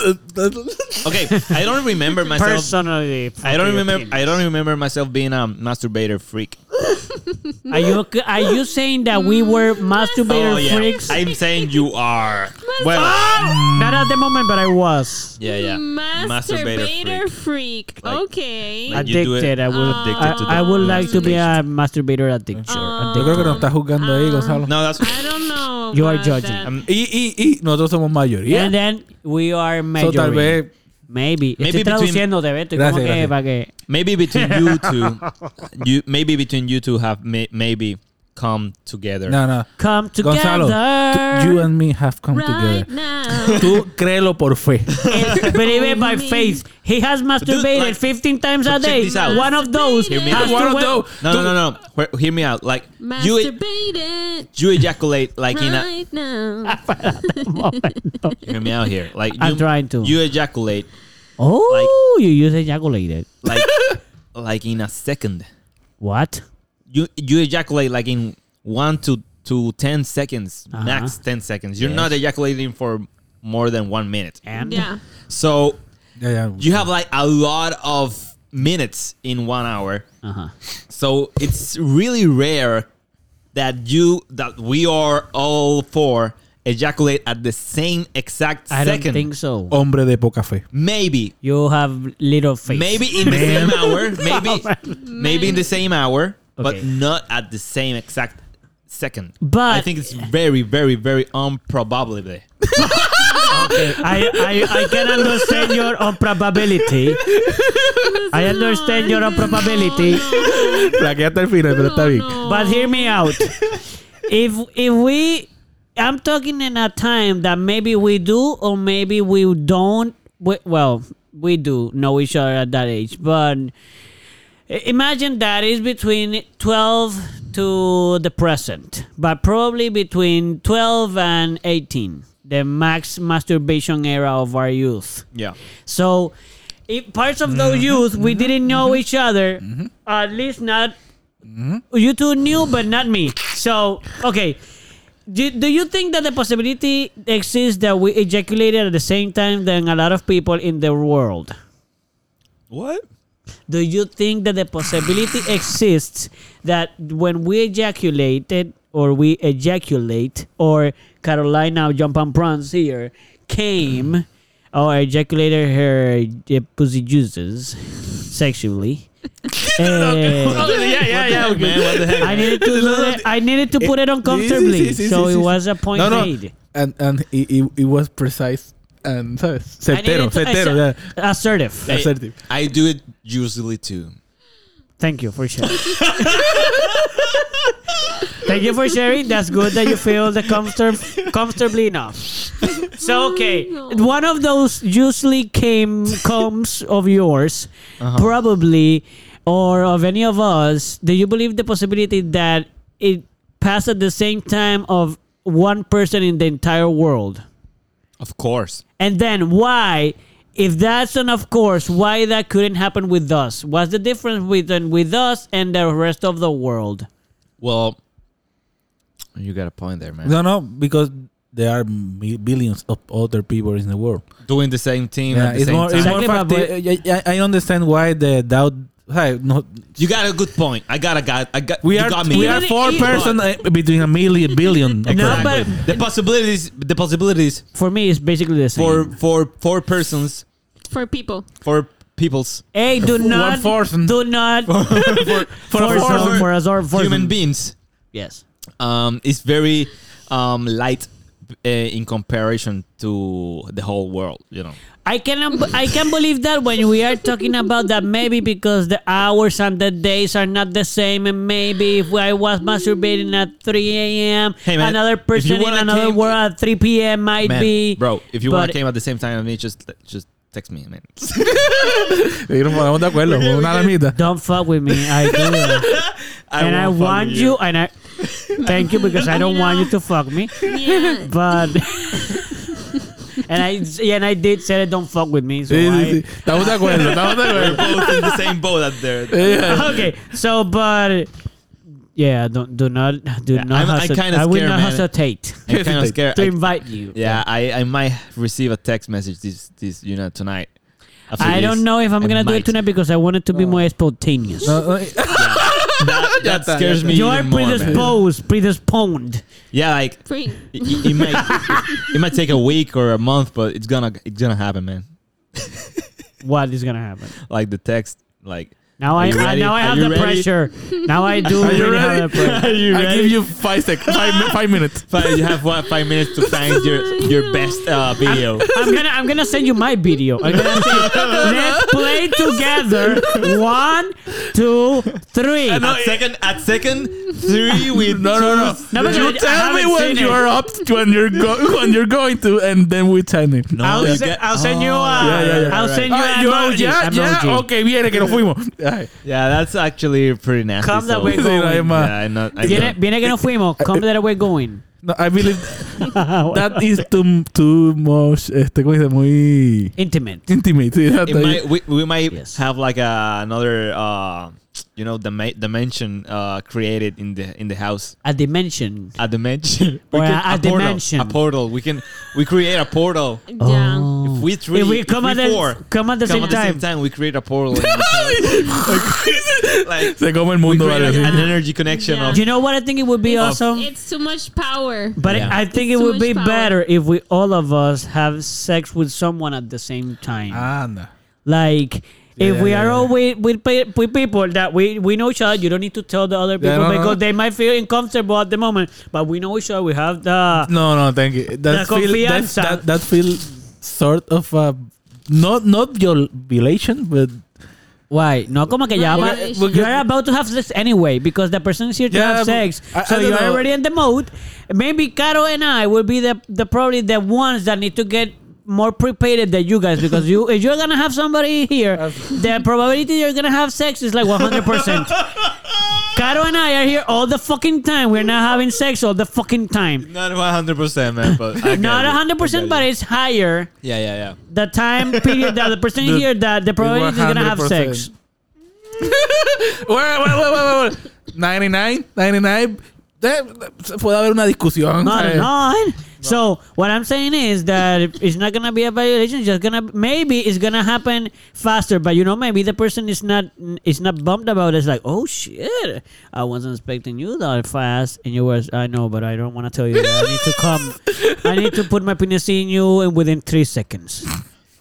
[SPEAKER 1] Okay, I don't remember myself.
[SPEAKER 3] personally.
[SPEAKER 1] I don't
[SPEAKER 3] fucking
[SPEAKER 1] remember.
[SPEAKER 3] opinion.
[SPEAKER 1] I don't remember myself being a masturbator freak.
[SPEAKER 3] Are you are you saying that
[SPEAKER 2] Mm,
[SPEAKER 3] we were masturbator
[SPEAKER 1] Oh yeah,
[SPEAKER 3] freaks?
[SPEAKER 1] I'm saying you are. Well,
[SPEAKER 3] Not at the moment, but I was
[SPEAKER 1] yeah, yeah.
[SPEAKER 4] Masturbator,
[SPEAKER 1] Masturbator freak.
[SPEAKER 4] freak.
[SPEAKER 1] Like-
[SPEAKER 4] okay.
[SPEAKER 1] like- you do it
[SPEAKER 3] addicted. I would.
[SPEAKER 1] addicted to the
[SPEAKER 3] I, I would like to be a masturbator addiction.
[SPEAKER 2] Yo creo que
[SPEAKER 3] Ah.
[SPEAKER 2] nos está juzgando ahí, Gonzalo.
[SPEAKER 1] No, that's.
[SPEAKER 4] I don't know.
[SPEAKER 3] You are
[SPEAKER 4] about
[SPEAKER 3] judging.
[SPEAKER 4] that.
[SPEAKER 1] Um,
[SPEAKER 2] Y, y, y nosotros somos mayoría.
[SPEAKER 3] And then we are
[SPEAKER 2] so
[SPEAKER 3] majoring.
[SPEAKER 2] tal vez.
[SPEAKER 3] Maybe.
[SPEAKER 1] Maybe
[SPEAKER 3] Estoy traduciendo, de Beto.
[SPEAKER 2] Gracias,
[SPEAKER 3] como que
[SPEAKER 2] gracias.
[SPEAKER 3] para que-
[SPEAKER 1] Maybe between you two, you maybe between you two have may, maybe come together.
[SPEAKER 2] No, no.
[SPEAKER 3] Come together.
[SPEAKER 2] Gonzalo, t- you and me have come
[SPEAKER 4] right
[SPEAKER 2] together.
[SPEAKER 4] now.
[SPEAKER 2] Tú créelo por fe.
[SPEAKER 3] It's believe it by faith. He has masturbated
[SPEAKER 1] like-
[SPEAKER 3] 15 times a
[SPEAKER 1] But check
[SPEAKER 3] day.
[SPEAKER 1] this out.
[SPEAKER 3] One of those.
[SPEAKER 4] Hear me
[SPEAKER 3] has
[SPEAKER 4] out.
[SPEAKER 3] to
[SPEAKER 2] One of
[SPEAKER 3] wear-
[SPEAKER 2] those.
[SPEAKER 1] No, no, no, no. Wait, Hear me out. Like you,
[SPEAKER 4] Masturbated
[SPEAKER 1] you ejaculate like in a.
[SPEAKER 4] right now.
[SPEAKER 1] Hear me out here. Like you,
[SPEAKER 3] I'm trying to.
[SPEAKER 1] You ejaculate
[SPEAKER 3] Oh, you use ejaculated.
[SPEAKER 1] like like in a second.
[SPEAKER 3] What?
[SPEAKER 1] you you ejaculate like in one to to ten seconds,
[SPEAKER 3] Uh-huh.
[SPEAKER 1] max ten seconds. You're not ejaculating for more than one minute.
[SPEAKER 3] And
[SPEAKER 4] Yeah.
[SPEAKER 1] So
[SPEAKER 2] Yeah, yeah.
[SPEAKER 1] you have like a lot of minutes in one hour.
[SPEAKER 3] Uh-huh.
[SPEAKER 1] So it's really rare that you that we are all four ejaculate at the same exact
[SPEAKER 3] I
[SPEAKER 1] second.
[SPEAKER 3] don't think so.
[SPEAKER 2] Hombre de poca fe.
[SPEAKER 1] Maybe.
[SPEAKER 3] You have little face.
[SPEAKER 1] Maybe in the same hour. Maybe maybe in the same hour, but
[SPEAKER 3] Okay.
[SPEAKER 1] not at the same exact second.
[SPEAKER 3] But-
[SPEAKER 1] I think it's very, very, very improbably.
[SPEAKER 3] I, I, I can understand your probability. I understand your probability.
[SPEAKER 2] La que hasta el final, pero
[SPEAKER 4] Oh,
[SPEAKER 2] está bien.
[SPEAKER 3] But hear me out. If if we, I'm talking in a time that maybe we do or maybe we don't. We, well, we do know each other at that age, but i- imagine that is between 12 to the present, but probably between 12 and 18, the max masturbation era of our youth.
[SPEAKER 1] Yeah.
[SPEAKER 3] So, if parts of those youth we didn't know each other, at least not you two knew, but not me. So, okay. Do, do you think that the possibility exists that we ejaculated at the same time than a lot of people in the world?
[SPEAKER 1] What?
[SPEAKER 3] Do you think that the possibility exists that when we ejaculated or we ejaculate or Carolina Jump and Prawns here came or ejaculated her uh, pussy juices sexually? Eh,
[SPEAKER 1] yeah, yeah, yeah. man, what the heck?
[SPEAKER 3] I needed to do it. I needed to put it on comfortably,
[SPEAKER 2] Eh, sí, sí, sí,
[SPEAKER 3] so
[SPEAKER 2] sí,
[SPEAKER 3] it
[SPEAKER 2] sí.
[SPEAKER 3] was a point
[SPEAKER 2] No, no.
[SPEAKER 3] made.
[SPEAKER 2] And, and it, it, it was precise and, ¿sabes?
[SPEAKER 3] I needed
[SPEAKER 2] Certero,
[SPEAKER 3] to-
[SPEAKER 2] certero.
[SPEAKER 3] asser-
[SPEAKER 2] Yeah.
[SPEAKER 3] assertive.
[SPEAKER 1] I-
[SPEAKER 2] Assertive.
[SPEAKER 1] I do it usually too.
[SPEAKER 3] Thank you for sharing. Thank you for sharing. That's good that you feel the comfort comfortably enough. So okay, one of those usually came comes of yours, probably, or of any of us. Do you believe the possibility that it passed at the same time of one person in the entire world?
[SPEAKER 1] Of course.
[SPEAKER 3] And then why, if that's an of course, why that couldn't happen with us? What's the difference between with us and the rest of the world?
[SPEAKER 1] Well, you got a point there, man.
[SPEAKER 2] No, no, because there are mi- billions of other people in the world.
[SPEAKER 1] Doing the same thing
[SPEAKER 2] Yeah,
[SPEAKER 1] at the
[SPEAKER 2] it's
[SPEAKER 1] same
[SPEAKER 2] more,
[SPEAKER 1] time.
[SPEAKER 2] it's more
[SPEAKER 3] Exactly,
[SPEAKER 2] fact,
[SPEAKER 3] but-
[SPEAKER 2] I, I I understand why the doubt. Hi, no,
[SPEAKER 1] You got a good point. I got a guy. I got.
[SPEAKER 2] we
[SPEAKER 1] you
[SPEAKER 2] are
[SPEAKER 1] got me.
[SPEAKER 2] we are four person uh, between a million billion. of
[SPEAKER 3] No,
[SPEAKER 2] people.
[SPEAKER 3] but-
[SPEAKER 1] Exactly. the possibilities. The possibilities
[SPEAKER 3] For me, it's basically the same.
[SPEAKER 1] for for four persons,
[SPEAKER 4] For people.
[SPEAKER 1] for peoples,
[SPEAKER 3] hey, do not,
[SPEAKER 2] person.
[SPEAKER 3] do not,
[SPEAKER 1] for,
[SPEAKER 3] for
[SPEAKER 1] for-
[SPEAKER 3] some,
[SPEAKER 1] for
[SPEAKER 3] for some, for
[SPEAKER 1] human
[SPEAKER 3] some.
[SPEAKER 1] beings,
[SPEAKER 3] yes.
[SPEAKER 1] um, is very um light uh, in comparison to the whole world. You know.
[SPEAKER 3] I cannot. I can believe that when we are talking about that, maybe because the hours and the days are not the same, and maybe if I was masturbating at 3 a.m.,
[SPEAKER 1] Hey, man,
[SPEAKER 3] another
[SPEAKER 1] if you
[SPEAKER 3] person in
[SPEAKER 1] wanna
[SPEAKER 3] another
[SPEAKER 1] came-
[SPEAKER 3] world at 3 p.m. might
[SPEAKER 1] Man,
[SPEAKER 3] be.
[SPEAKER 1] bro, if you want
[SPEAKER 3] but-
[SPEAKER 1] to came at the same time, I mean, just just text me, man.
[SPEAKER 2] Y nos ponemos de acuerdo, una lamita.
[SPEAKER 3] Don't fuck with me. I do. and I
[SPEAKER 1] won't fuck
[SPEAKER 3] want
[SPEAKER 1] with
[SPEAKER 3] you, and I thank you because I don't want you to fuck me.
[SPEAKER 4] Yeah.
[SPEAKER 3] But and I yeah, and I did say that don't fuck with me. So
[SPEAKER 2] Sí, sí,
[SPEAKER 3] I,
[SPEAKER 2] sí. Estamos de acuerdo, estamos de
[SPEAKER 1] We're
[SPEAKER 2] acuerdo.
[SPEAKER 1] both in the same boat out there.
[SPEAKER 2] Yeah.
[SPEAKER 3] okay. So but yeah, don't do not do
[SPEAKER 1] Yeah,
[SPEAKER 3] not.
[SPEAKER 1] I'm- I'm
[SPEAKER 3] hesitate.
[SPEAKER 1] kinda
[SPEAKER 3] I will
[SPEAKER 1] scared,
[SPEAKER 3] not
[SPEAKER 1] man.
[SPEAKER 3] hesitate
[SPEAKER 1] I'm kind of scared.
[SPEAKER 3] to
[SPEAKER 1] I-
[SPEAKER 3] invite you.
[SPEAKER 1] Yeah, I, I might receive a text message this this you know tonight. After
[SPEAKER 3] I
[SPEAKER 1] this.
[SPEAKER 3] don't know if I'm
[SPEAKER 1] I
[SPEAKER 3] gonna do
[SPEAKER 1] might.
[SPEAKER 3] it tonight because I want it to
[SPEAKER 1] Oh.
[SPEAKER 3] be more spontaneous.
[SPEAKER 2] No, no, eh,
[SPEAKER 1] That, that
[SPEAKER 2] está,
[SPEAKER 1] scares
[SPEAKER 2] ya
[SPEAKER 1] me.
[SPEAKER 3] you are
[SPEAKER 1] even more, man.
[SPEAKER 3] predisposed, predisposed.
[SPEAKER 1] Yeah, like it,
[SPEAKER 4] Free.
[SPEAKER 1] it might it might take a week or a month, but it's gonna it's gonna happen, man.
[SPEAKER 3] What is gonna happen?
[SPEAKER 1] Like the text, like
[SPEAKER 3] Now
[SPEAKER 1] Are
[SPEAKER 3] I,
[SPEAKER 1] you
[SPEAKER 3] I
[SPEAKER 1] ready?
[SPEAKER 3] now I
[SPEAKER 1] Are
[SPEAKER 3] have
[SPEAKER 1] you
[SPEAKER 3] the
[SPEAKER 1] ready?
[SPEAKER 3] pressure. Now I do.
[SPEAKER 2] Are you
[SPEAKER 3] really
[SPEAKER 2] ready?
[SPEAKER 3] Have the pressure.
[SPEAKER 1] you
[SPEAKER 2] I give you five sec, five, mi- five minutes.
[SPEAKER 1] five, you have what, five minutes to find your your best uh, video.
[SPEAKER 3] I'm gonna I'm gonna send you my video. I'm gonna say, let's play together. One, two, three.
[SPEAKER 1] at second, at second three, we
[SPEAKER 2] No, no, no.
[SPEAKER 3] No, but I
[SPEAKER 2] you tell me
[SPEAKER 3] haven't
[SPEAKER 2] when
[SPEAKER 3] seen
[SPEAKER 2] you
[SPEAKER 3] it.
[SPEAKER 2] are up, when you're go, when you're going to, and then we time it. No.
[SPEAKER 3] I'll,
[SPEAKER 1] you
[SPEAKER 3] se-
[SPEAKER 1] get-
[SPEAKER 3] I'll send you a.
[SPEAKER 2] yeah, yeah, yeah,
[SPEAKER 3] I'll
[SPEAKER 1] right.
[SPEAKER 3] send you
[SPEAKER 2] Ah,
[SPEAKER 3] an
[SPEAKER 2] you are-
[SPEAKER 3] emoji.
[SPEAKER 2] ya, ya,
[SPEAKER 3] emoji.
[SPEAKER 2] ok, viene que nos fuimos. Ay.
[SPEAKER 1] Yeah, that's actually pretty nasty.
[SPEAKER 3] Come that
[SPEAKER 1] so-
[SPEAKER 3] way.
[SPEAKER 2] Sí, no, es más.
[SPEAKER 1] Yeah, I'm not. I'm
[SPEAKER 3] Viene,
[SPEAKER 1] not
[SPEAKER 3] viene que nos fuimos. Come that we're going.
[SPEAKER 2] No, I believe that is too, too much, este, ¿cómo dice? Muy
[SPEAKER 3] Intimate.
[SPEAKER 2] intimate. Sí,
[SPEAKER 1] it
[SPEAKER 2] exacto.
[SPEAKER 1] might, we, we might
[SPEAKER 3] Yes.
[SPEAKER 1] have like a, another uh, you know, the ma- dimension uh, created in the in the house.
[SPEAKER 3] a dimension.
[SPEAKER 1] A dimension. We
[SPEAKER 3] Or
[SPEAKER 1] can-
[SPEAKER 3] a- a
[SPEAKER 1] portal,
[SPEAKER 3] dimension.
[SPEAKER 1] A portal. We can we create a portal.
[SPEAKER 4] Yeah.
[SPEAKER 1] If we three,
[SPEAKER 3] If we come at the-
[SPEAKER 1] four,
[SPEAKER 3] come at the same time.
[SPEAKER 1] we create a portal. in the house. like
[SPEAKER 2] Se come
[SPEAKER 1] we
[SPEAKER 2] el mundo,
[SPEAKER 1] create
[SPEAKER 2] vale.
[SPEAKER 1] like,
[SPEAKER 2] sí.
[SPEAKER 1] an energy connection
[SPEAKER 4] Yeah.
[SPEAKER 1] of
[SPEAKER 3] You know what I think it would be awesome?
[SPEAKER 4] It's too much power.
[SPEAKER 3] but
[SPEAKER 1] Yeah.
[SPEAKER 3] I think it
[SPEAKER 4] It's too
[SPEAKER 3] would be
[SPEAKER 4] much power.
[SPEAKER 3] better if we all of us have sex with someone at the same time.
[SPEAKER 2] Anda.
[SPEAKER 3] Like if
[SPEAKER 2] Ah. Yeah,
[SPEAKER 3] we
[SPEAKER 2] yeah,
[SPEAKER 3] are
[SPEAKER 2] yeah.
[SPEAKER 3] all with, with pe- with people that we, we know each other, you don't need to tell the other people
[SPEAKER 2] Yeah, no, no,
[SPEAKER 3] because
[SPEAKER 2] no.
[SPEAKER 3] they might feel uncomfortable at the moment. But we know each other. We have the
[SPEAKER 2] No, no, thank you.
[SPEAKER 3] La
[SPEAKER 2] That feel, that,
[SPEAKER 3] confianza.
[SPEAKER 2] that, that feel sort of a not not viol- violation, but
[SPEAKER 3] why no como que ya
[SPEAKER 4] Right.
[SPEAKER 3] va-
[SPEAKER 4] Because-
[SPEAKER 3] you are about to have sex anyway because the person is here to
[SPEAKER 2] Yeah,
[SPEAKER 3] have
[SPEAKER 2] but
[SPEAKER 3] sex.
[SPEAKER 2] I- I
[SPEAKER 3] so
[SPEAKER 2] don't
[SPEAKER 3] you're
[SPEAKER 2] know.
[SPEAKER 3] already in the mode. Maybe Caro and I will be the, the probably the ones that need to get more prepared than you guys because you if you're gonna have somebody here, the probability you're gonna have sex is like 100. percent Caro and I are here all the fucking time. We're not having sex all the fucking time.
[SPEAKER 1] not one hundred percent, man, but I
[SPEAKER 3] Not
[SPEAKER 1] get it.
[SPEAKER 3] 100,
[SPEAKER 1] I
[SPEAKER 3] percent
[SPEAKER 1] get
[SPEAKER 3] but
[SPEAKER 1] it.
[SPEAKER 3] it's higher
[SPEAKER 1] yeah, yeah, yeah.
[SPEAKER 3] the time period that the person
[SPEAKER 2] The-
[SPEAKER 3] here that the probability is gonna have sex.
[SPEAKER 2] 100%. Wait, wait, wait, wait, wait. 99, 99. Eh, Puede haber una discusión. Eh.
[SPEAKER 3] Not
[SPEAKER 2] ¿sabes?
[SPEAKER 3] at all. So what I'm saying is that it's not gonna be a violation. It's just gonna maybe it's gonna happen faster. But you know, maybe the person is not is not bummed about. It. It's like, oh shit, I wasn't expecting you that fast, and you was. I know, but I don't want to tell you. That. I need to come. I need to put my penis in you, and within three seconds.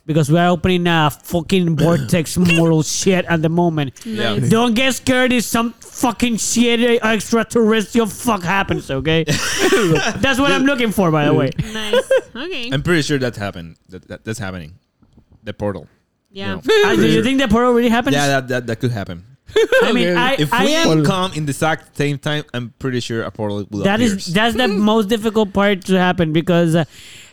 [SPEAKER 3] Because we are opening a fucking vortex moral shit at the moment.
[SPEAKER 1] Yeah.
[SPEAKER 4] Nice.
[SPEAKER 3] Don't get scared if some fucking shit extraterrestrial fuck happens, okay? That's what I'm looking for, by the way.
[SPEAKER 4] Nice. Okay.
[SPEAKER 1] I'm pretty sure that happened. That, that that's happening. The portal.
[SPEAKER 4] Yeah.
[SPEAKER 1] Yeah.
[SPEAKER 3] Uh, do you think that part already happens?
[SPEAKER 1] Yeah, that, that, that could happen.
[SPEAKER 3] I mean, I,
[SPEAKER 1] If
[SPEAKER 3] I
[SPEAKER 1] we
[SPEAKER 3] am.
[SPEAKER 1] come in the exact same time, I'm pretty sure a portal will
[SPEAKER 3] That
[SPEAKER 1] appear.
[SPEAKER 3] is that's the most difficult part to happen because uh,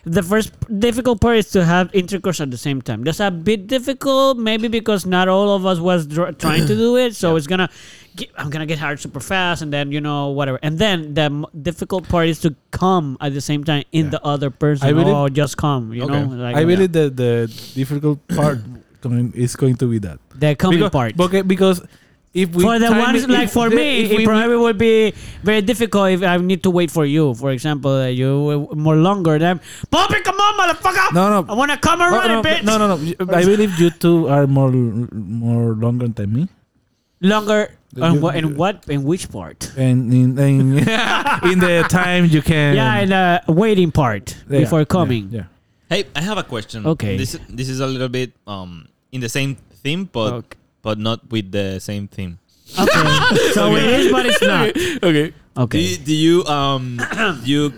[SPEAKER 3] the first difficult part is to have intercourse at the same time. That's a bit difficult, maybe because not all of us was dr- trying to do it, so it's gonna. Get, I'm gonna get hard super fast, and then you know whatever. And then the m- difficult part is to come at the same time in the other person.
[SPEAKER 2] I believe-
[SPEAKER 3] oh, just come, you know.
[SPEAKER 1] Okay.
[SPEAKER 3] Like,
[SPEAKER 2] I believe that the difficult part coming- is going to be that.
[SPEAKER 3] the coming
[SPEAKER 2] because,
[SPEAKER 3] part.
[SPEAKER 2] Because, because if we
[SPEAKER 3] for the
[SPEAKER 2] time
[SPEAKER 3] ones
[SPEAKER 2] it-
[SPEAKER 3] like
[SPEAKER 2] if
[SPEAKER 3] for
[SPEAKER 2] the-
[SPEAKER 3] me,
[SPEAKER 2] if
[SPEAKER 3] it
[SPEAKER 2] we-
[SPEAKER 3] probably would be very difficult if I need to wait for you. For example, uh, you uh, more longer than Poppy. Come on, motherfucker!
[SPEAKER 2] No, no.
[SPEAKER 3] I wanna come
[SPEAKER 2] Oh,
[SPEAKER 3] already,
[SPEAKER 2] no,
[SPEAKER 3] bitch.
[SPEAKER 2] no, no, no. I believe you two are more more longer than me.
[SPEAKER 3] Longer.
[SPEAKER 2] You-
[SPEAKER 3] And what?
[SPEAKER 2] you-
[SPEAKER 3] In what? In which part?
[SPEAKER 2] And in in, in the time you can.
[SPEAKER 3] yeah, in the waiting part
[SPEAKER 2] Yeah,
[SPEAKER 3] before
[SPEAKER 2] yeah,
[SPEAKER 3] coming.
[SPEAKER 2] Yeah.
[SPEAKER 1] Hey, I have a question.
[SPEAKER 3] Okay.
[SPEAKER 1] This this is a little bit um in the same theme, but
[SPEAKER 3] Okay.
[SPEAKER 1] but not with the same theme.
[SPEAKER 3] Okay. so it is, but it's not.
[SPEAKER 2] Okay.
[SPEAKER 1] Do
[SPEAKER 3] Okay.
[SPEAKER 1] you, do you um do you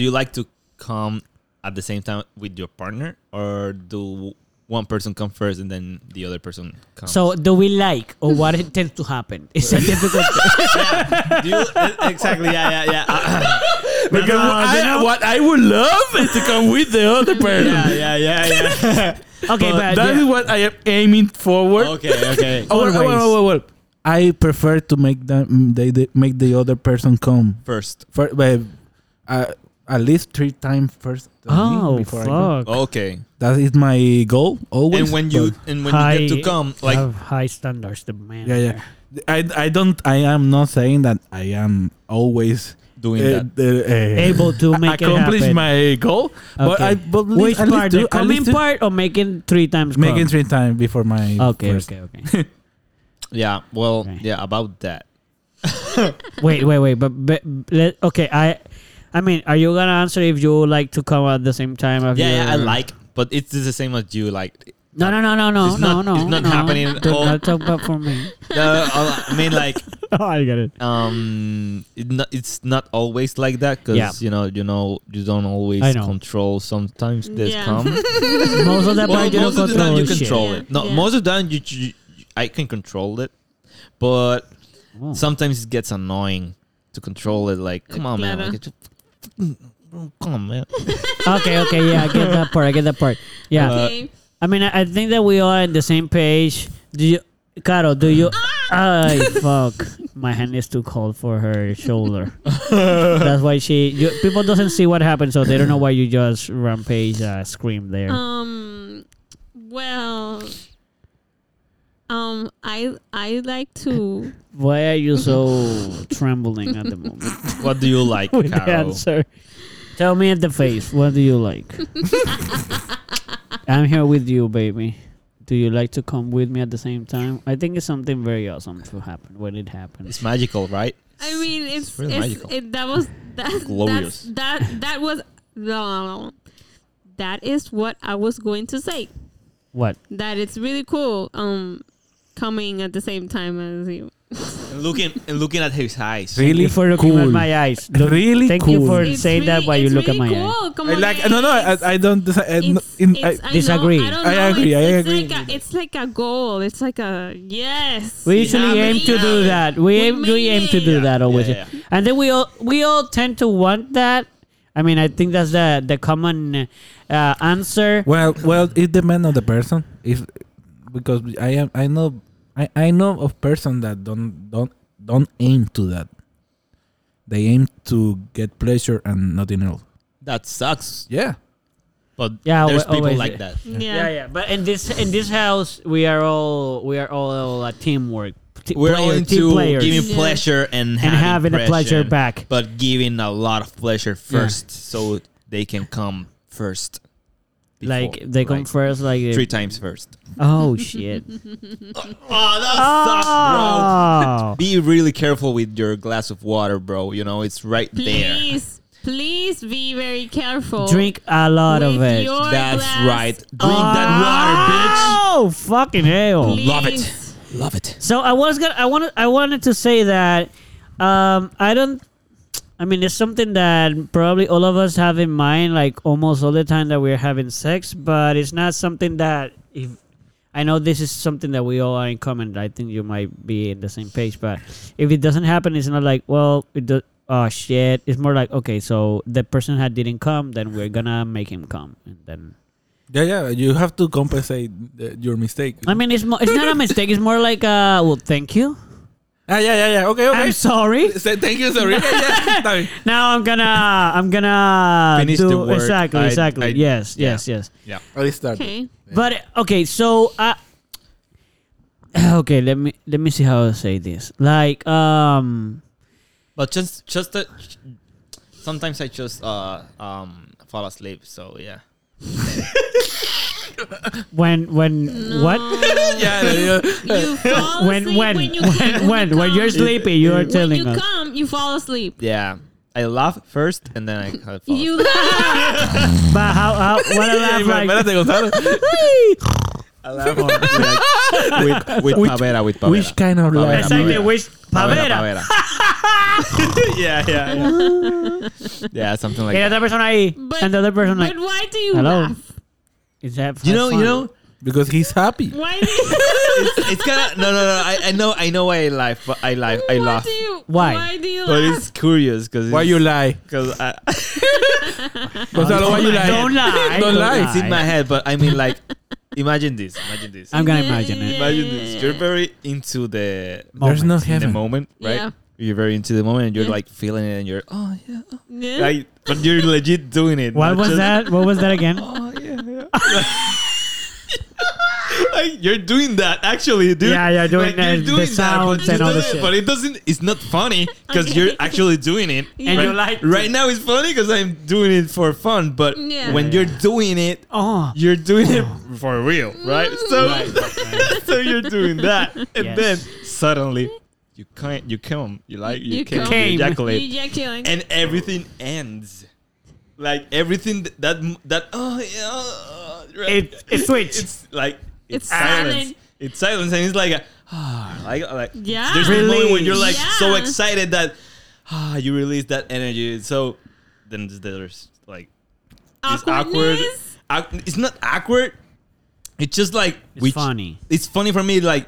[SPEAKER 1] do you like to come at the same time with your partner, or do one person come first and then the other person comes?
[SPEAKER 3] So do we like or what it tends to happen? It's a difficult.
[SPEAKER 1] do you, e, exactly. Yeah, yeah, yeah.
[SPEAKER 2] Because
[SPEAKER 3] no,
[SPEAKER 2] I-
[SPEAKER 3] you know-
[SPEAKER 2] what I would love is to come with the other person.
[SPEAKER 1] yeah, yeah, yeah, yeah.
[SPEAKER 3] Okay, but,
[SPEAKER 2] Uh, That is
[SPEAKER 3] Uh, yeah.
[SPEAKER 2] what I am aiming forward.
[SPEAKER 1] okay, okay.
[SPEAKER 2] Oh, wait, wait,
[SPEAKER 3] Always.
[SPEAKER 2] wait, wait, wait. I prefer to make them they, they make the other person come
[SPEAKER 1] First.
[SPEAKER 2] for but, uh, at least three times first. than me
[SPEAKER 3] oh
[SPEAKER 2] before I go.
[SPEAKER 3] fuck.
[SPEAKER 1] Okay.
[SPEAKER 2] That is my goal
[SPEAKER 1] and
[SPEAKER 2] always.
[SPEAKER 1] when you and when you get to
[SPEAKER 3] High-
[SPEAKER 1] come, like
[SPEAKER 3] have high standards, the man.
[SPEAKER 2] but- yeah, yeah. I, I don't I am not saying that I am always
[SPEAKER 1] doing
[SPEAKER 2] uh,
[SPEAKER 1] that.
[SPEAKER 2] the, uh,
[SPEAKER 3] Able to make it
[SPEAKER 2] accomplish
[SPEAKER 3] happen.
[SPEAKER 2] my goal, but
[SPEAKER 3] Okay.
[SPEAKER 2] I but at
[SPEAKER 3] Which
[SPEAKER 2] least- at
[SPEAKER 3] part?
[SPEAKER 2] least
[SPEAKER 3] The
[SPEAKER 2] do- at least
[SPEAKER 3] coming
[SPEAKER 2] do-
[SPEAKER 3] part or making three times? come?
[SPEAKER 2] making three times before my
[SPEAKER 3] Okay,
[SPEAKER 2] first.
[SPEAKER 3] okay, okay.
[SPEAKER 1] Yeah. Well.
[SPEAKER 3] Okay.
[SPEAKER 1] Yeah. About that.
[SPEAKER 3] wait, wait, wait. But, but let, okay, I, I mean, are you gonna answer if you like to come at the same time? of
[SPEAKER 1] Yeah, yeah, I
[SPEAKER 3] your-
[SPEAKER 1] like, but it's the same as you. Like,
[SPEAKER 3] No, no, no, no, no,
[SPEAKER 1] It's
[SPEAKER 3] no,
[SPEAKER 1] not-
[SPEAKER 3] no.
[SPEAKER 1] it's not
[SPEAKER 3] no.
[SPEAKER 1] happening at
[SPEAKER 3] Do
[SPEAKER 1] all.
[SPEAKER 3] not talk about for me.
[SPEAKER 1] uh, I mean, like,
[SPEAKER 3] oh, I get it.
[SPEAKER 1] um, it not, it's not always like that because
[SPEAKER 3] Yeah.
[SPEAKER 1] you know, you know, you don't always
[SPEAKER 3] I know.
[SPEAKER 1] control. Sometimes there's
[SPEAKER 4] Yeah.
[SPEAKER 1] come.
[SPEAKER 3] Most of the
[SPEAKER 1] well,
[SPEAKER 3] time, you don't
[SPEAKER 1] most of the time
[SPEAKER 3] control
[SPEAKER 1] you
[SPEAKER 3] shit.
[SPEAKER 1] control
[SPEAKER 4] Yeah,
[SPEAKER 1] it. No,
[SPEAKER 4] yeah.
[SPEAKER 1] most of the time you, you, I can control it, but
[SPEAKER 3] Oh.
[SPEAKER 1] sometimes it gets annoying to control it. Like, come on, man,
[SPEAKER 4] Claro.
[SPEAKER 1] like, just, come on, man.
[SPEAKER 3] okay, okay, yeah, I get that part. I get that part.
[SPEAKER 1] Uh,
[SPEAKER 3] Yeah,
[SPEAKER 4] Okay.
[SPEAKER 3] I mean, I, I think that we are on the same page. Do you, Caro? Do you? Ay, fuck! My hand is too cold for her shoulder. That's why she. You, people doesn't see what happened, so they don't know why you just rampage uh, scream there.
[SPEAKER 4] Um. Well, Um, I I like to.
[SPEAKER 3] Why are you so trembling at the moment?
[SPEAKER 1] What do you like,
[SPEAKER 3] With the
[SPEAKER 1] Carol?
[SPEAKER 3] answer. Tell me in the face. What do you like? I'm here with you, baby. Do you like to come with me at the same time? I think it's something very awesome to happen when it happens.
[SPEAKER 1] It's magical, right?
[SPEAKER 4] I mean, it's, it's,
[SPEAKER 1] really magical.
[SPEAKER 4] It, that was that
[SPEAKER 1] Glorious.
[SPEAKER 4] that's, that that was that is what I was going to say.
[SPEAKER 3] What?
[SPEAKER 4] That it's really cool. Um, coming at the same time as you.
[SPEAKER 1] And looking and looking at his eyes.
[SPEAKER 3] Thank
[SPEAKER 2] Really
[SPEAKER 3] you for looking at
[SPEAKER 2] cool.
[SPEAKER 3] my eyes.
[SPEAKER 2] Really
[SPEAKER 3] Thank you
[SPEAKER 2] cool.
[SPEAKER 3] for
[SPEAKER 4] It's
[SPEAKER 3] saying that
[SPEAKER 4] really-
[SPEAKER 3] while you
[SPEAKER 4] it's
[SPEAKER 3] look at
[SPEAKER 4] really
[SPEAKER 3] my eyes.
[SPEAKER 4] cool. Come
[SPEAKER 2] I
[SPEAKER 4] on,
[SPEAKER 2] like. No, no.
[SPEAKER 4] it's-
[SPEAKER 2] I, I don't. disa- I, no,
[SPEAKER 4] it's-
[SPEAKER 2] in,
[SPEAKER 4] it's-
[SPEAKER 2] I,
[SPEAKER 4] know,
[SPEAKER 3] Disagree.
[SPEAKER 4] don't
[SPEAKER 2] I
[SPEAKER 4] know,
[SPEAKER 2] agree,
[SPEAKER 4] It's,
[SPEAKER 2] I
[SPEAKER 4] it's
[SPEAKER 2] agree.
[SPEAKER 4] Like a, it's like a goal. It's like a yes.
[SPEAKER 3] We usually
[SPEAKER 1] Yeah,
[SPEAKER 3] aim to
[SPEAKER 1] yeah.
[SPEAKER 3] do that. We aim we
[SPEAKER 4] made
[SPEAKER 3] aim to
[SPEAKER 4] it.
[SPEAKER 3] do
[SPEAKER 1] Yeah,
[SPEAKER 3] that always.
[SPEAKER 1] yeah, yeah.
[SPEAKER 3] And then we all we all tend to want that. I mean, I think that's the the common uh, answer.
[SPEAKER 2] well, well, it depends on the person. If because I am, I know, I, I know of person that don't don't don't aim to that. They aim to get pleasure and nothing else.
[SPEAKER 1] That sucks.
[SPEAKER 2] Yeah.
[SPEAKER 1] But
[SPEAKER 3] Yeah,
[SPEAKER 1] there's
[SPEAKER 3] al-
[SPEAKER 1] people
[SPEAKER 3] always.
[SPEAKER 1] like that.
[SPEAKER 4] yeah.
[SPEAKER 3] Yeah, yeah. But in this in this house, we are all we are all a teamwork. T-
[SPEAKER 1] We're all
[SPEAKER 3] player- team
[SPEAKER 1] into
[SPEAKER 3] players.
[SPEAKER 1] giving
[SPEAKER 4] Yeah.
[SPEAKER 1] pleasure and
[SPEAKER 3] and having a pleasure
[SPEAKER 1] pressure,
[SPEAKER 3] back.
[SPEAKER 1] but giving a lot of pleasure first, so they can come first. Before,
[SPEAKER 3] Like they come first, like
[SPEAKER 1] three times first.
[SPEAKER 3] oh shit!
[SPEAKER 1] Oh, that sucks,
[SPEAKER 3] oh,
[SPEAKER 1] bro. Be really careful with your glass of water, bro. You know it's right there.
[SPEAKER 4] Please, please be very careful.
[SPEAKER 3] Oh. drink a lot of
[SPEAKER 4] With
[SPEAKER 3] it.
[SPEAKER 4] your
[SPEAKER 1] That's
[SPEAKER 4] glass.
[SPEAKER 1] right. Drink
[SPEAKER 3] Ah.
[SPEAKER 1] that water,
[SPEAKER 3] Oh fucking hell!
[SPEAKER 4] Please.
[SPEAKER 1] Love it. bitch. Love it.
[SPEAKER 3] So I was gonna, I wanted, I wanted to say that, um, I don't. I mean, it's something that probably all of us have in mind, like almost all the time that we're having sex. But it's not something that if I know this is something that we all are in common. I think you might be in the same page, but if it doesn't happen, it's not like well, it do- oh shit. It's more like okay, so the person had didn't come, then we're gonna make him come, and then
[SPEAKER 2] Yeah, yeah. You have to compensate uh, your mistake.
[SPEAKER 3] I mean, it's mo- it's not a mistake. It's more like uh, well, thank you.
[SPEAKER 2] ah, yeah, yeah, yeah. Okay,
[SPEAKER 3] I'm
[SPEAKER 2] okay.
[SPEAKER 3] sorry.
[SPEAKER 2] Say thank you, sorry. Yeah, yeah. Está bien.
[SPEAKER 3] Now I'm gonna I'm gonna
[SPEAKER 1] Finish
[SPEAKER 3] do
[SPEAKER 1] the work.
[SPEAKER 3] exactly
[SPEAKER 1] I-
[SPEAKER 3] exactly
[SPEAKER 1] I-
[SPEAKER 3] yes
[SPEAKER 1] yeah.
[SPEAKER 3] yes yes.
[SPEAKER 1] Yeah.
[SPEAKER 2] I'll start.
[SPEAKER 4] Okay.
[SPEAKER 3] But okay, so uh, okay, let me let me see how I say this. Like um
[SPEAKER 1] But just just the, sometimes I just uh um fall asleep. So yeah.
[SPEAKER 3] when when what
[SPEAKER 2] Yeah, yeah, yeah.
[SPEAKER 4] You fall
[SPEAKER 3] when when
[SPEAKER 4] asleep when you
[SPEAKER 3] when when, when you're
[SPEAKER 4] sleeping.
[SPEAKER 3] sleepy you are
[SPEAKER 4] When
[SPEAKER 3] telling
[SPEAKER 4] you
[SPEAKER 3] us.
[SPEAKER 4] come, you fall asleep.
[SPEAKER 1] Yeah. I laugh first and then I fall asleep.
[SPEAKER 4] You
[SPEAKER 3] But how how what I laugh like
[SPEAKER 2] Espérate, Gonzalo.
[SPEAKER 1] I laugh on, like, with, with
[SPEAKER 2] Which-
[SPEAKER 1] pavera, with pavera.
[SPEAKER 2] which kind of laugh?
[SPEAKER 3] it's like the wish pavera.
[SPEAKER 1] pavera. yeah, yeah, yeah. Yeah, something like
[SPEAKER 3] Y la
[SPEAKER 1] that.
[SPEAKER 3] otra persona ahí
[SPEAKER 4] But-
[SPEAKER 3] and the other person like
[SPEAKER 4] But why do you
[SPEAKER 3] hello.
[SPEAKER 4] laugh?
[SPEAKER 3] is that
[SPEAKER 1] You know,
[SPEAKER 3] fun?
[SPEAKER 1] you know,
[SPEAKER 2] Because he's happy.
[SPEAKER 4] Why do you,
[SPEAKER 1] it's kind of no, no, no. I, I know, I know why I laugh, but I laugh, I
[SPEAKER 4] why
[SPEAKER 1] laugh.
[SPEAKER 4] do you
[SPEAKER 3] Why?
[SPEAKER 4] why do you
[SPEAKER 1] But
[SPEAKER 4] laugh?
[SPEAKER 1] it's curious because
[SPEAKER 2] Why you lie?
[SPEAKER 1] Because I,
[SPEAKER 2] Gonzalo, why you lie?
[SPEAKER 3] Don't lie.
[SPEAKER 2] Don't lie.
[SPEAKER 1] it's in my head, but I mean, like, imagine this, imagine this,
[SPEAKER 3] I'm gonna imagine it.
[SPEAKER 1] imagine this. You're very into the
[SPEAKER 2] There's no
[SPEAKER 1] in the
[SPEAKER 2] heaven.
[SPEAKER 1] moment, right?
[SPEAKER 4] Yeah.
[SPEAKER 1] You're very into the moment, and you're
[SPEAKER 4] Yeah.
[SPEAKER 1] like feeling it, and you're oh yeah, oh,
[SPEAKER 4] Yeah.
[SPEAKER 1] like, but you're legit doing it.
[SPEAKER 3] What
[SPEAKER 1] not
[SPEAKER 3] was
[SPEAKER 1] just,
[SPEAKER 3] that? What was that again?
[SPEAKER 1] Oh yeah, yeah. like, you're doing that actually, dude.
[SPEAKER 3] Yeah, yeah, doing
[SPEAKER 1] you're
[SPEAKER 3] that, the sounds
[SPEAKER 1] but,
[SPEAKER 3] and all
[SPEAKER 1] you do
[SPEAKER 3] the
[SPEAKER 1] it,
[SPEAKER 3] shit.
[SPEAKER 1] but it doesn't. It's not funny because you're actually doing it.
[SPEAKER 4] And
[SPEAKER 1] right,
[SPEAKER 3] you like to.
[SPEAKER 1] right now it's funny because I'm doing it for fun. But
[SPEAKER 4] Yeah.
[SPEAKER 1] when you're doing it,
[SPEAKER 3] Oh,
[SPEAKER 1] you're doing it for real, right? So, so you're doing that, and
[SPEAKER 3] Yes.
[SPEAKER 1] then suddenly you can't, you come, you like, you,
[SPEAKER 4] You
[SPEAKER 1] came,
[SPEAKER 4] come.
[SPEAKER 1] you
[SPEAKER 3] Came.
[SPEAKER 1] ejaculate,
[SPEAKER 4] You ejaculate.
[SPEAKER 1] and everything ends. Like everything th- that m- that oh yeah, uh, right.
[SPEAKER 3] It- it switched.
[SPEAKER 1] It's like it's,
[SPEAKER 4] It's
[SPEAKER 1] silence.
[SPEAKER 4] silent.
[SPEAKER 1] It's silence, and it's like a, ah, like like
[SPEAKER 4] Yeah.
[SPEAKER 1] There's this moment when you're like so
[SPEAKER 4] Yeah.
[SPEAKER 1] excited that ah, you release that energy. So then there's like this awkward.
[SPEAKER 4] Awkwardness?
[SPEAKER 1] awk- It's not awkward. It's just like
[SPEAKER 3] it's funny.
[SPEAKER 1] It's funny for me. Like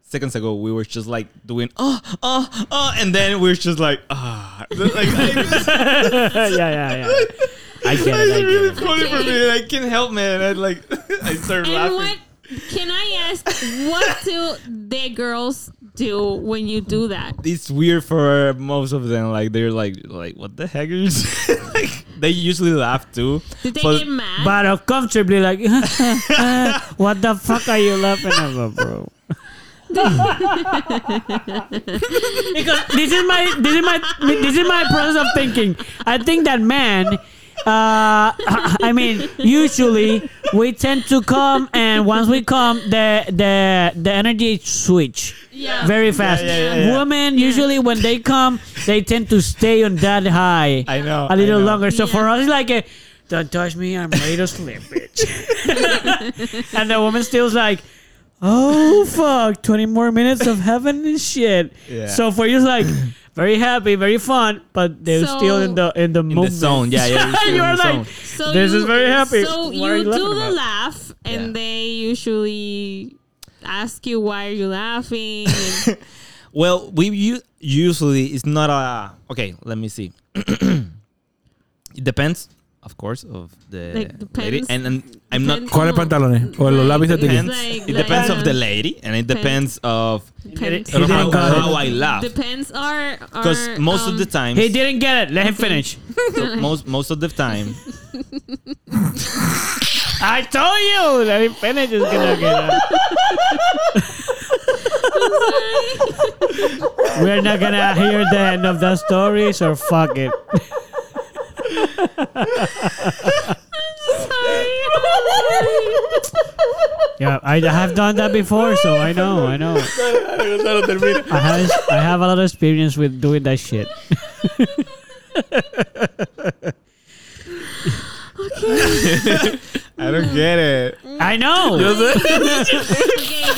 [SPEAKER 1] seconds ago, we were just like doing oh oh oh, and then we're just like ah. Like, I-
[SPEAKER 3] yeah, yeah, yeah. I
[SPEAKER 1] it's
[SPEAKER 3] get it. I get
[SPEAKER 1] really
[SPEAKER 3] it.
[SPEAKER 1] funny for me. and I can't help, man. I like, I start
[SPEAKER 4] And
[SPEAKER 1] laughing.
[SPEAKER 4] what can I ask what do the girls do when you do that?
[SPEAKER 1] It's weird for most of them. Like they're like, like what the heck is? like they usually laugh too.
[SPEAKER 4] Did they
[SPEAKER 1] but
[SPEAKER 4] get mad?
[SPEAKER 3] But uh, comfortably, like, what the fuck are you laughing about, bro? because this is my this is my this is my process of thinking. I think that man. Uh, I mean, usually we tend to come, and once we come, the the the energy switch
[SPEAKER 4] Yeah.
[SPEAKER 3] very fast.
[SPEAKER 1] yeah, yeah, yeah.
[SPEAKER 3] Women usually when they come, they tend to stay on that high
[SPEAKER 1] I know.
[SPEAKER 3] a
[SPEAKER 1] I
[SPEAKER 3] little
[SPEAKER 1] know.
[SPEAKER 3] longer. So
[SPEAKER 4] Yeah.
[SPEAKER 3] for us, it's like, a, don't touch me, I'm ready to sleep, bitch. and the woman still's like, oh fuck, 20 more minutes of heaven and shit.
[SPEAKER 1] Yeah.
[SPEAKER 3] So for you, it's like, very happy, very fun, but they're
[SPEAKER 4] So-
[SPEAKER 3] still in the in the
[SPEAKER 1] In the
[SPEAKER 3] movement.
[SPEAKER 1] zone. Yeah, yeah. still in
[SPEAKER 3] you
[SPEAKER 1] the
[SPEAKER 3] are like,
[SPEAKER 1] zone.
[SPEAKER 4] So
[SPEAKER 3] This
[SPEAKER 4] you,
[SPEAKER 3] is very happy.
[SPEAKER 4] So
[SPEAKER 3] What
[SPEAKER 4] you,
[SPEAKER 3] are you
[SPEAKER 4] do
[SPEAKER 3] laughing
[SPEAKER 4] the
[SPEAKER 3] about?
[SPEAKER 4] laugh, and
[SPEAKER 1] Yeah.
[SPEAKER 4] they usually ask you why are you laughing. And
[SPEAKER 1] Well, we u- usually it's not a okay. Let me see. it depends, of course, of the
[SPEAKER 4] Like,
[SPEAKER 1] lady,
[SPEAKER 4] depends-
[SPEAKER 1] and, and I'm not.
[SPEAKER 4] depends
[SPEAKER 2] ¿Cuáles
[SPEAKER 4] on-
[SPEAKER 2] pantalones? ¿O los
[SPEAKER 4] like,
[SPEAKER 2] lápices de
[SPEAKER 1] Depends.
[SPEAKER 2] quién?
[SPEAKER 4] like-
[SPEAKER 1] it
[SPEAKER 4] like,
[SPEAKER 1] depends of
[SPEAKER 4] uh,
[SPEAKER 1] the lady, and it depends of
[SPEAKER 4] Depends.
[SPEAKER 3] He
[SPEAKER 1] how,
[SPEAKER 3] didn't got it.
[SPEAKER 1] how I laugh.
[SPEAKER 4] Depends are
[SPEAKER 1] Because
[SPEAKER 4] are,
[SPEAKER 1] most
[SPEAKER 4] um,
[SPEAKER 1] of the time,
[SPEAKER 3] He didn't get it. Let him finish.
[SPEAKER 1] most most of the time,
[SPEAKER 3] I told you that him finish is gonna get it. We're not gonna hear the end of the story, so fuck it. Yeah, I have done that before, so I know, I know. I have, I have a lot of experience with doing that shit.
[SPEAKER 1] I don't get it.
[SPEAKER 3] I know.
[SPEAKER 4] okay,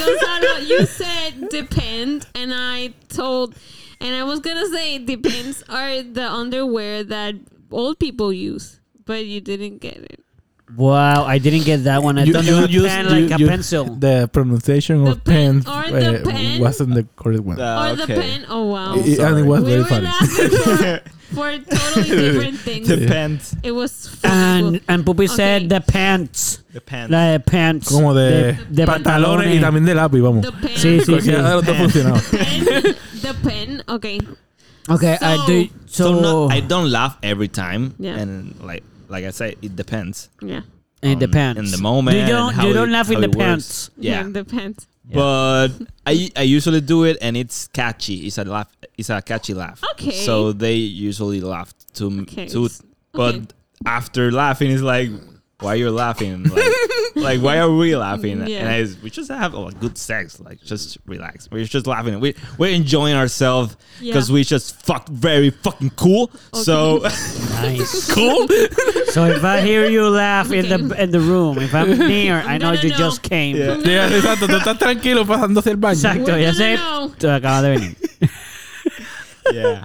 [SPEAKER 4] Gonzalo, you said depend, and I told, and I was gonna say depends are the underwear that old people use, but you didn't get it.
[SPEAKER 3] Wow, I didn't get that one. I thought it was
[SPEAKER 2] you-
[SPEAKER 3] pen
[SPEAKER 2] you-
[SPEAKER 3] like a
[SPEAKER 2] you-
[SPEAKER 3] pencil.
[SPEAKER 2] The pronunciation
[SPEAKER 4] The
[SPEAKER 2] of
[SPEAKER 4] pen
[SPEAKER 2] pen,
[SPEAKER 4] or the
[SPEAKER 2] uh,
[SPEAKER 4] pen?
[SPEAKER 2] wasn't the correct one.
[SPEAKER 1] Uh,
[SPEAKER 4] or the pen. Oh wow,
[SPEAKER 2] Ah, It- and it was
[SPEAKER 4] we
[SPEAKER 2] very
[SPEAKER 4] were
[SPEAKER 2] funny.
[SPEAKER 4] laughing for, for totally different things.
[SPEAKER 1] Depends.
[SPEAKER 4] It was funny.
[SPEAKER 3] And and Puppy
[SPEAKER 4] Okay.
[SPEAKER 3] said the pants,
[SPEAKER 1] Depends.
[SPEAKER 3] la de pants.
[SPEAKER 2] Como de,
[SPEAKER 3] de
[SPEAKER 2] pantalones y también de lápiz, vamos.
[SPEAKER 4] the pen,
[SPEAKER 3] Sí, sí, sí.
[SPEAKER 2] Cualquiera de los dos funcionaba.
[SPEAKER 4] pen, the pen. Okay,
[SPEAKER 3] Okay, I do.
[SPEAKER 1] so
[SPEAKER 3] So,
[SPEAKER 1] no, I don't laugh every time,
[SPEAKER 4] Yeah.
[SPEAKER 1] and like like I said, it depends.
[SPEAKER 4] yeah,
[SPEAKER 3] in the
[SPEAKER 1] on-
[SPEAKER 3] pants.
[SPEAKER 1] um, in the moment.
[SPEAKER 3] You don't.
[SPEAKER 1] how
[SPEAKER 3] You don't
[SPEAKER 1] it-
[SPEAKER 3] laugh in
[SPEAKER 1] how
[SPEAKER 3] the
[SPEAKER 1] it works.
[SPEAKER 3] pants.
[SPEAKER 1] Yeah,
[SPEAKER 4] the pen.
[SPEAKER 1] but I I usually do it, and it's catchy. It's a laugh. It's a catchy laugh.
[SPEAKER 4] Okay.
[SPEAKER 1] So they usually laugh to m-
[SPEAKER 4] Okay,
[SPEAKER 1] to,
[SPEAKER 4] it's-
[SPEAKER 1] but
[SPEAKER 4] okay.
[SPEAKER 1] after laughing, it's like. Why you're laughing? Like, like, why are we laughing?
[SPEAKER 4] Yeah.
[SPEAKER 1] And I, we just have oh, good sex. Like, just relax. We're just laughing. We we're enjoying ourselves because
[SPEAKER 4] Yeah.
[SPEAKER 1] we just fucked very fucking cool. So
[SPEAKER 3] Nice.
[SPEAKER 1] cool.
[SPEAKER 3] so if I hear you laugh in the
[SPEAKER 4] Okay.
[SPEAKER 3] in the room, if I'm near, I
[SPEAKER 4] No,
[SPEAKER 3] know
[SPEAKER 4] no,
[SPEAKER 3] you
[SPEAKER 4] no.
[SPEAKER 3] just came.
[SPEAKER 1] Yeah.
[SPEAKER 2] Sí, exacto, tú estás tranquilo pasando hacia el baño.
[SPEAKER 3] Exacto.
[SPEAKER 4] We're
[SPEAKER 3] Ya
[SPEAKER 4] gonna
[SPEAKER 3] sé.
[SPEAKER 4] know.
[SPEAKER 3] Te acabas de venir.
[SPEAKER 1] Yeah.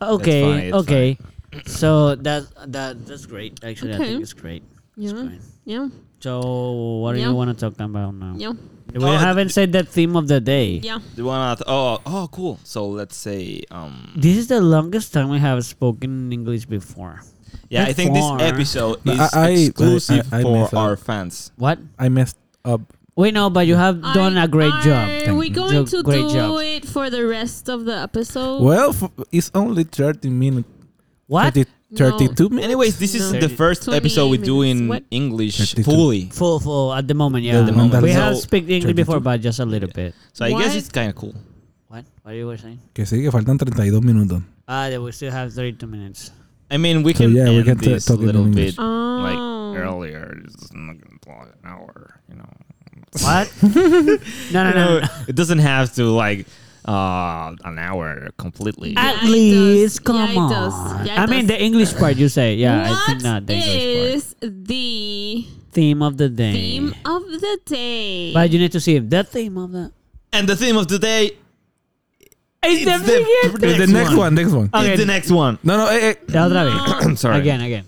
[SPEAKER 3] Okay.
[SPEAKER 1] fine, it's
[SPEAKER 3] okay. So that that that's great. Actually, I
[SPEAKER 4] Okay.
[SPEAKER 3] think it's great. It's
[SPEAKER 4] Yeah.
[SPEAKER 3] great.
[SPEAKER 4] Yeah,
[SPEAKER 3] So what do
[SPEAKER 4] Yeah.
[SPEAKER 3] you want to talk about now?
[SPEAKER 4] yeah,
[SPEAKER 3] We
[SPEAKER 1] Oh,
[SPEAKER 3] haven't said the theme of the day.
[SPEAKER 4] yeah.
[SPEAKER 1] Do want to? Oh, oh, cool. So let's say, um,
[SPEAKER 3] This is the longest time we have spoken English before.
[SPEAKER 1] yeah, I
[SPEAKER 3] That's
[SPEAKER 1] think
[SPEAKER 3] far.
[SPEAKER 1] this episode
[SPEAKER 2] No,
[SPEAKER 1] is
[SPEAKER 2] I- I-
[SPEAKER 1] exclusive
[SPEAKER 2] I- I
[SPEAKER 1] for
[SPEAKER 2] messed up.
[SPEAKER 1] our fans.
[SPEAKER 3] What?
[SPEAKER 2] I messed up.
[SPEAKER 3] We know, but you have done a great
[SPEAKER 4] are
[SPEAKER 3] job.
[SPEAKER 4] we
[SPEAKER 2] you.
[SPEAKER 4] going
[SPEAKER 3] Jo-
[SPEAKER 4] to
[SPEAKER 3] great
[SPEAKER 4] do
[SPEAKER 3] job.
[SPEAKER 4] it for the rest of the episode?
[SPEAKER 2] Well, f- it's only 30 minutes.
[SPEAKER 3] What?
[SPEAKER 2] 30,
[SPEAKER 4] No.
[SPEAKER 2] 32 minutes.
[SPEAKER 1] Anyways, this is
[SPEAKER 4] No.
[SPEAKER 1] the first
[SPEAKER 4] 28
[SPEAKER 1] episode we do
[SPEAKER 4] minutes.
[SPEAKER 1] in
[SPEAKER 4] What?
[SPEAKER 1] English
[SPEAKER 2] 32.
[SPEAKER 1] fully,
[SPEAKER 3] Full, full at the moment, yeah.
[SPEAKER 2] the moment.
[SPEAKER 3] We
[SPEAKER 1] So-
[SPEAKER 3] have speak English before,
[SPEAKER 2] 32?
[SPEAKER 3] but just a little bit.
[SPEAKER 1] so I guess
[SPEAKER 4] What?
[SPEAKER 1] it's kind of cool.
[SPEAKER 3] What? What you were saying?
[SPEAKER 2] Que sí, que faltan 32 minutos.
[SPEAKER 3] Ah, that we still have 32 minutes.
[SPEAKER 1] I mean, we
[SPEAKER 2] So
[SPEAKER 1] can
[SPEAKER 2] yeah, we
[SPEAKER 1] end
[SPEAKER 2] can t-
[SPEAKER 1] this a
[SPEAKER 2] talk in
[SPEAKER 1] little
[SPEAKER 2] English.
[SPEAKER 1] bit
[SPEAKER 4] Oh.
[SPEAKER 1] like earlier. It's not gonna block an hour, you know.
[SPEAKER 3] What? no, no,
[SPEAKER 1] You
[SPEAKER 3] no.
[SPEAKER 1] know,
[SPEAKER 3] no.
[SPEAKER 1] it doesn't have to like uh an hour completely.
[SPEAKER 4] Yeah,
[SPEAKER 3] At
[SPEAKER 4] it
[SPEAKER 3] least,
[SPEAKER 4] does. Yeah,
[SPEAKER 3] come
[SPEAKER 4] it
[SPEAKER 3] on.
[SPEAKER 4] does. Yeah, it
[SPEAKER 3] I mean,
[SPEAKER 4] does.
[SPEAKER 3] the English part you say. Yeah, I think
[SPEAKER 4] What
[SPEAKER 3] not the English
[SPEAKER 4] is the
[SPEAKER 3] part. Theme of the day.
[SPEAKER 4] theme of the day?
[SPEAKER 3] But you need to see if that theme of the.
[SPEAKER 1] and the theme of today
[SPEAKER 3] It's,
[SPEAKER 1] the
[SPEAKER 3] freaking-
[SPEAKER 1] pr-
[SPEAKER 2] It's the next one, next one.
[SPEAKER 3] Okay.
[SPEAKER 1] is the next one.
[SPEAKER 2] No, no, eh, eh.
[SPEAKER 3] La otra vez.
[SPEAKER 1] I'm sorry.
[SPEAKER 3] Again, again.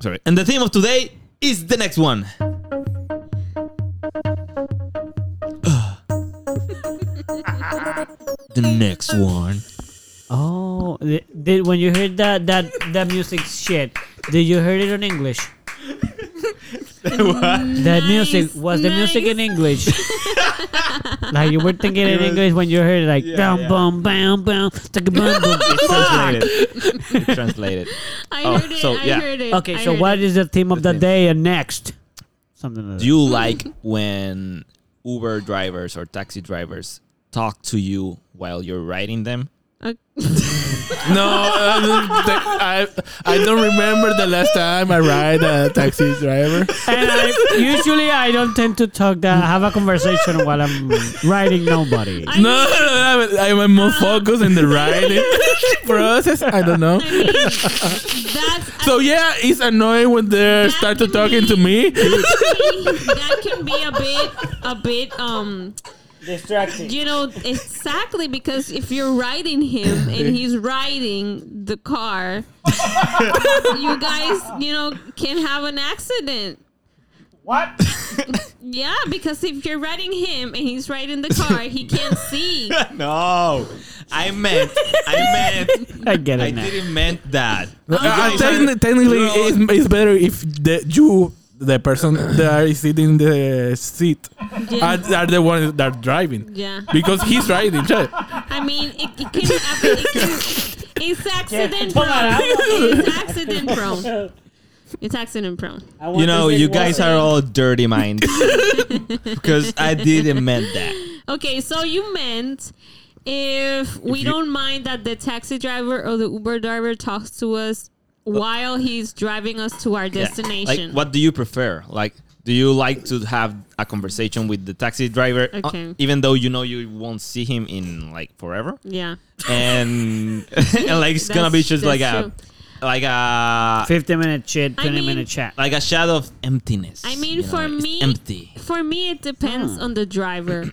[SPEAKER 1] Sorry. And the theme of today is the next one. the next one.
[SPEAKER 3] Oh, th- did when you heard that that that music shit? Did you heard it in English? That music
[SPEAKER 4] Nice,
[SPEAKER 3] was the music in English. like you were thinking in
[SPEAKER 1] was-
[SPEAKER 3] English when you heard it, like
[SPEAKER 1] Yeah,
[SPEAKER 3] bam,
[SPEAKER 1] yeah.
[SPEAKER 3] bam, bam, bam, taka bam, bam.
[SPEAKER 1] Translated. It translated.
[SPEAKER 4] I
[SPEAKER 1] Oh,
[SPEAKER 4] heard it.
[SPEAKER 1] so,
[SPEAKER 4] I
[SPEAKER 1] yeah.
[SPEAKER 4] heard it.
[SPEAKER 3] Okay,
[SPEAKER 4] I
[SPEAKER 3] so
[SPEAKER 4] heard
[SPEAKER 3] what
[SPEAKER 4] it.
[SPEAKER 3] is the theme of the
[SPEAKER 1] The
[SPEAKER 3] day and next? Something like
[SPEAKER 1] Do you like when Uber drivers or taxi drivers talk to you while you're writing them?
[SPEAKER 4] Uh,
[SPEAKER 2] No, I, don't think- I, I don't remember the last time I ride a taxi driver.
[SPEAKER 3] And I, usually I don't tend to talk that have a conversation while I'm writing nobody.
[SPEAKER 2] No, no, no, I'm- I'm, more focused in the riding process. I don't know.
[SPEAKER 4] I mean, that's
[SPEAKER 2] So yeah, it's annoying when they start to talking to me.
[SPEAKER 4] that can be a bit, a bit, um,
[SPEAKER 3] Distracting.
[SPEAKER 4] you know, exactly because if you're riding him and he's riding the car, you guys, you know, can have an accident.
[SPEAKER 3] What?
[SPEAKER 4] Yeah, because if you're riding him and he's riding the car, he can't see.
[SPEAKER 1] no, I meant, I meant,
[SPEAKER 3] I get it
[SPEAKER 1] I
[SPEAKER 3] now.
[SPEAKER 1] didn't meant that.
[SPEAKER 2] Uh,
[SPEAKER 1] guys
[SPEAKER 2] techni-
[SPEAKER 1] are-
[SPEAKER 2] technically,
[SPEAKER 1] you're all-
[SPEAKER 2] it's, it's better if the, you, the person that is sitting in the seat,
[SPEAKER 4] Yeah.
[SPEAKER 2] are, are the ones that are driving.
[SPEAKER 4] Yeah.
[SPEAKER 2] Because he's riding. child.
[SPEAKER 4] I mean, it, it can. It can it's accident
[SPEAKER 3] Come
[SPEAKER 4] prone.
[SPEAKER 3] on,
[SPEAKER 4] It's accident prone. It's accident prone.
[SPEAKER 1] You know, you guys are all dirty minds because I didn't meant that.
[SPEAKER 4] Okay, so you meant if we
[SPEAKER 1] you-
[SPEAKER 4] don't mind that the taxi driver or the Uber driver talks to us while he's driving us to our
[SPEAKER 1] Yeah.
[SPEAKER 4] destination.
[SPEAKER 1] Like, what do you prefer? Like, do you like to have a conversation with the taxi driver, uh,
[SPEAKER 4] Okay.
[SPEAKER 1] even though you know you won't see him in like forever,
[SPEAKER 4] Yeah.
[SPEAKER 1] and and like it's gonna
[SPEAKER 4] That's-
[SPEAKER 1] be just
[SPEAKER 4] that's
[SPEAKER 1] like a like a
[SPEAKER 3] 50 minute chat, 20
[SPEAKER 4] mean-
[SPEAKER 3] minute chat.
[SPEAKER 1] like a shadow of emptiness.
[SPEAKER 4] I mean,
[SPEAKER 1] you
[SPEAKER 4] for
[SPEAKER 1] it's
[SPEAKER 4] me-
[SPEAKER 1] empty.
[SPEAKER 4] For me, it depends
[SPEAKER 1] Hmm.
[SPEAKER 4] on the driver.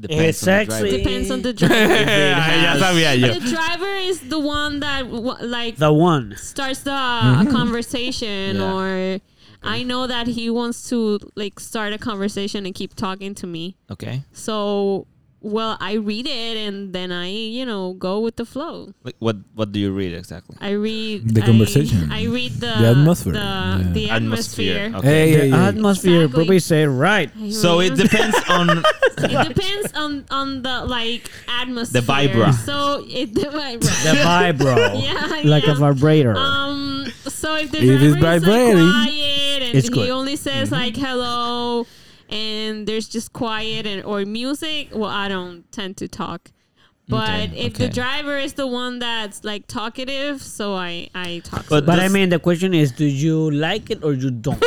[SPEAKER 1] Depends on the
[SPEAKER 3] Exactly.
[SPEAKER 1] driver.
[SPEAKER 4] depends on the driver.
[SPEAKER 2] Ya sabía yo.
[SPEAKER 4] the driver is the one that wa- like
[SPEAKER 3] The one.
[SPEAKER 4] starts the
[SPEAKER 2] Mm-hmm.
[SPEAKER 4] a conversation
[SPEAKER 1] Yeah.
[SPEAKER 4] or I know that he wants to like start a conversation and keep talking to me.
[SPEAKER 1] Okay.
[SPEAKER 4] So well, I read it and then I, you know, go with the flow.
[SPEAKER 1] Like, what what do you read exactly?
[SPEAKER 4] I read
[SPEAKER 2] The
[SPEAKER 4] I-
[SPEAKER 2] conversation.
[SPEAKER 4] I, read the,
[SPEAKER 2] The atmosphere.
[SPEAKER 4] The,
[SPEAKER 2] Yeah.
[SPEAKER 4] the atmosphere.
[SPEAKER 1] Atmosphere. Okay.
[SPEAKER 2] Hey, hey,
[SPEAKER 3] The
[SPEAKER 2] hey.
[SPEAKER 3] atmosphere,
[SPEAKER 4] Exactly.
[SPEAKER 3] probably say right.
[SPEAKER 4] I
[SPEAKER 1] So it
[SPEAKER 4] remember-
[SPEAKER 1] depends on
[SPEAKER 4] it depends on on the like atmosphere.
[SPEAKER 1] vibra.
[SPEAKER 4] So it the
[SPEAKER 3] The
[SPEAKER 4] vibra.
[SPEAKER 3] vibe, bro.
[SPEAKER 4] yeah,
[SPEAKER 3] Like
[SPEAKER 4] yeah.
[SPEAKER 3] a vibrator.
[SPEAKER 4] Um. So if the
[SPEAKER 2] If it's
[SPEAKER 4] driver is like
[SPEAKER 2] vibrating,
[SPEAKER 4] quiet and
[SPEAKER 3] it's
[SPEAKER 4] he
[SPEAKER 3] good. Mm-hmm.
[SPEAKER 4] only says like hello, and there's just quiet and or music, well, I don't tend to talk. But
[SPEAKER 1] Okay,
[SPEAKER 4] if
[SPEAKER 1] okay.
[SPEAKER 4] the driver is the one that's like talkative, so I I talk.
[SPEAKER 1] But
[SPEAKER 4] to
[SPEAKER 3] but
[SPEAKER 4] them.
[SPEAKER 3] I
[SPEAKER 1] this-
[SPEAKER 3] mean, the question is do you like it or you don't?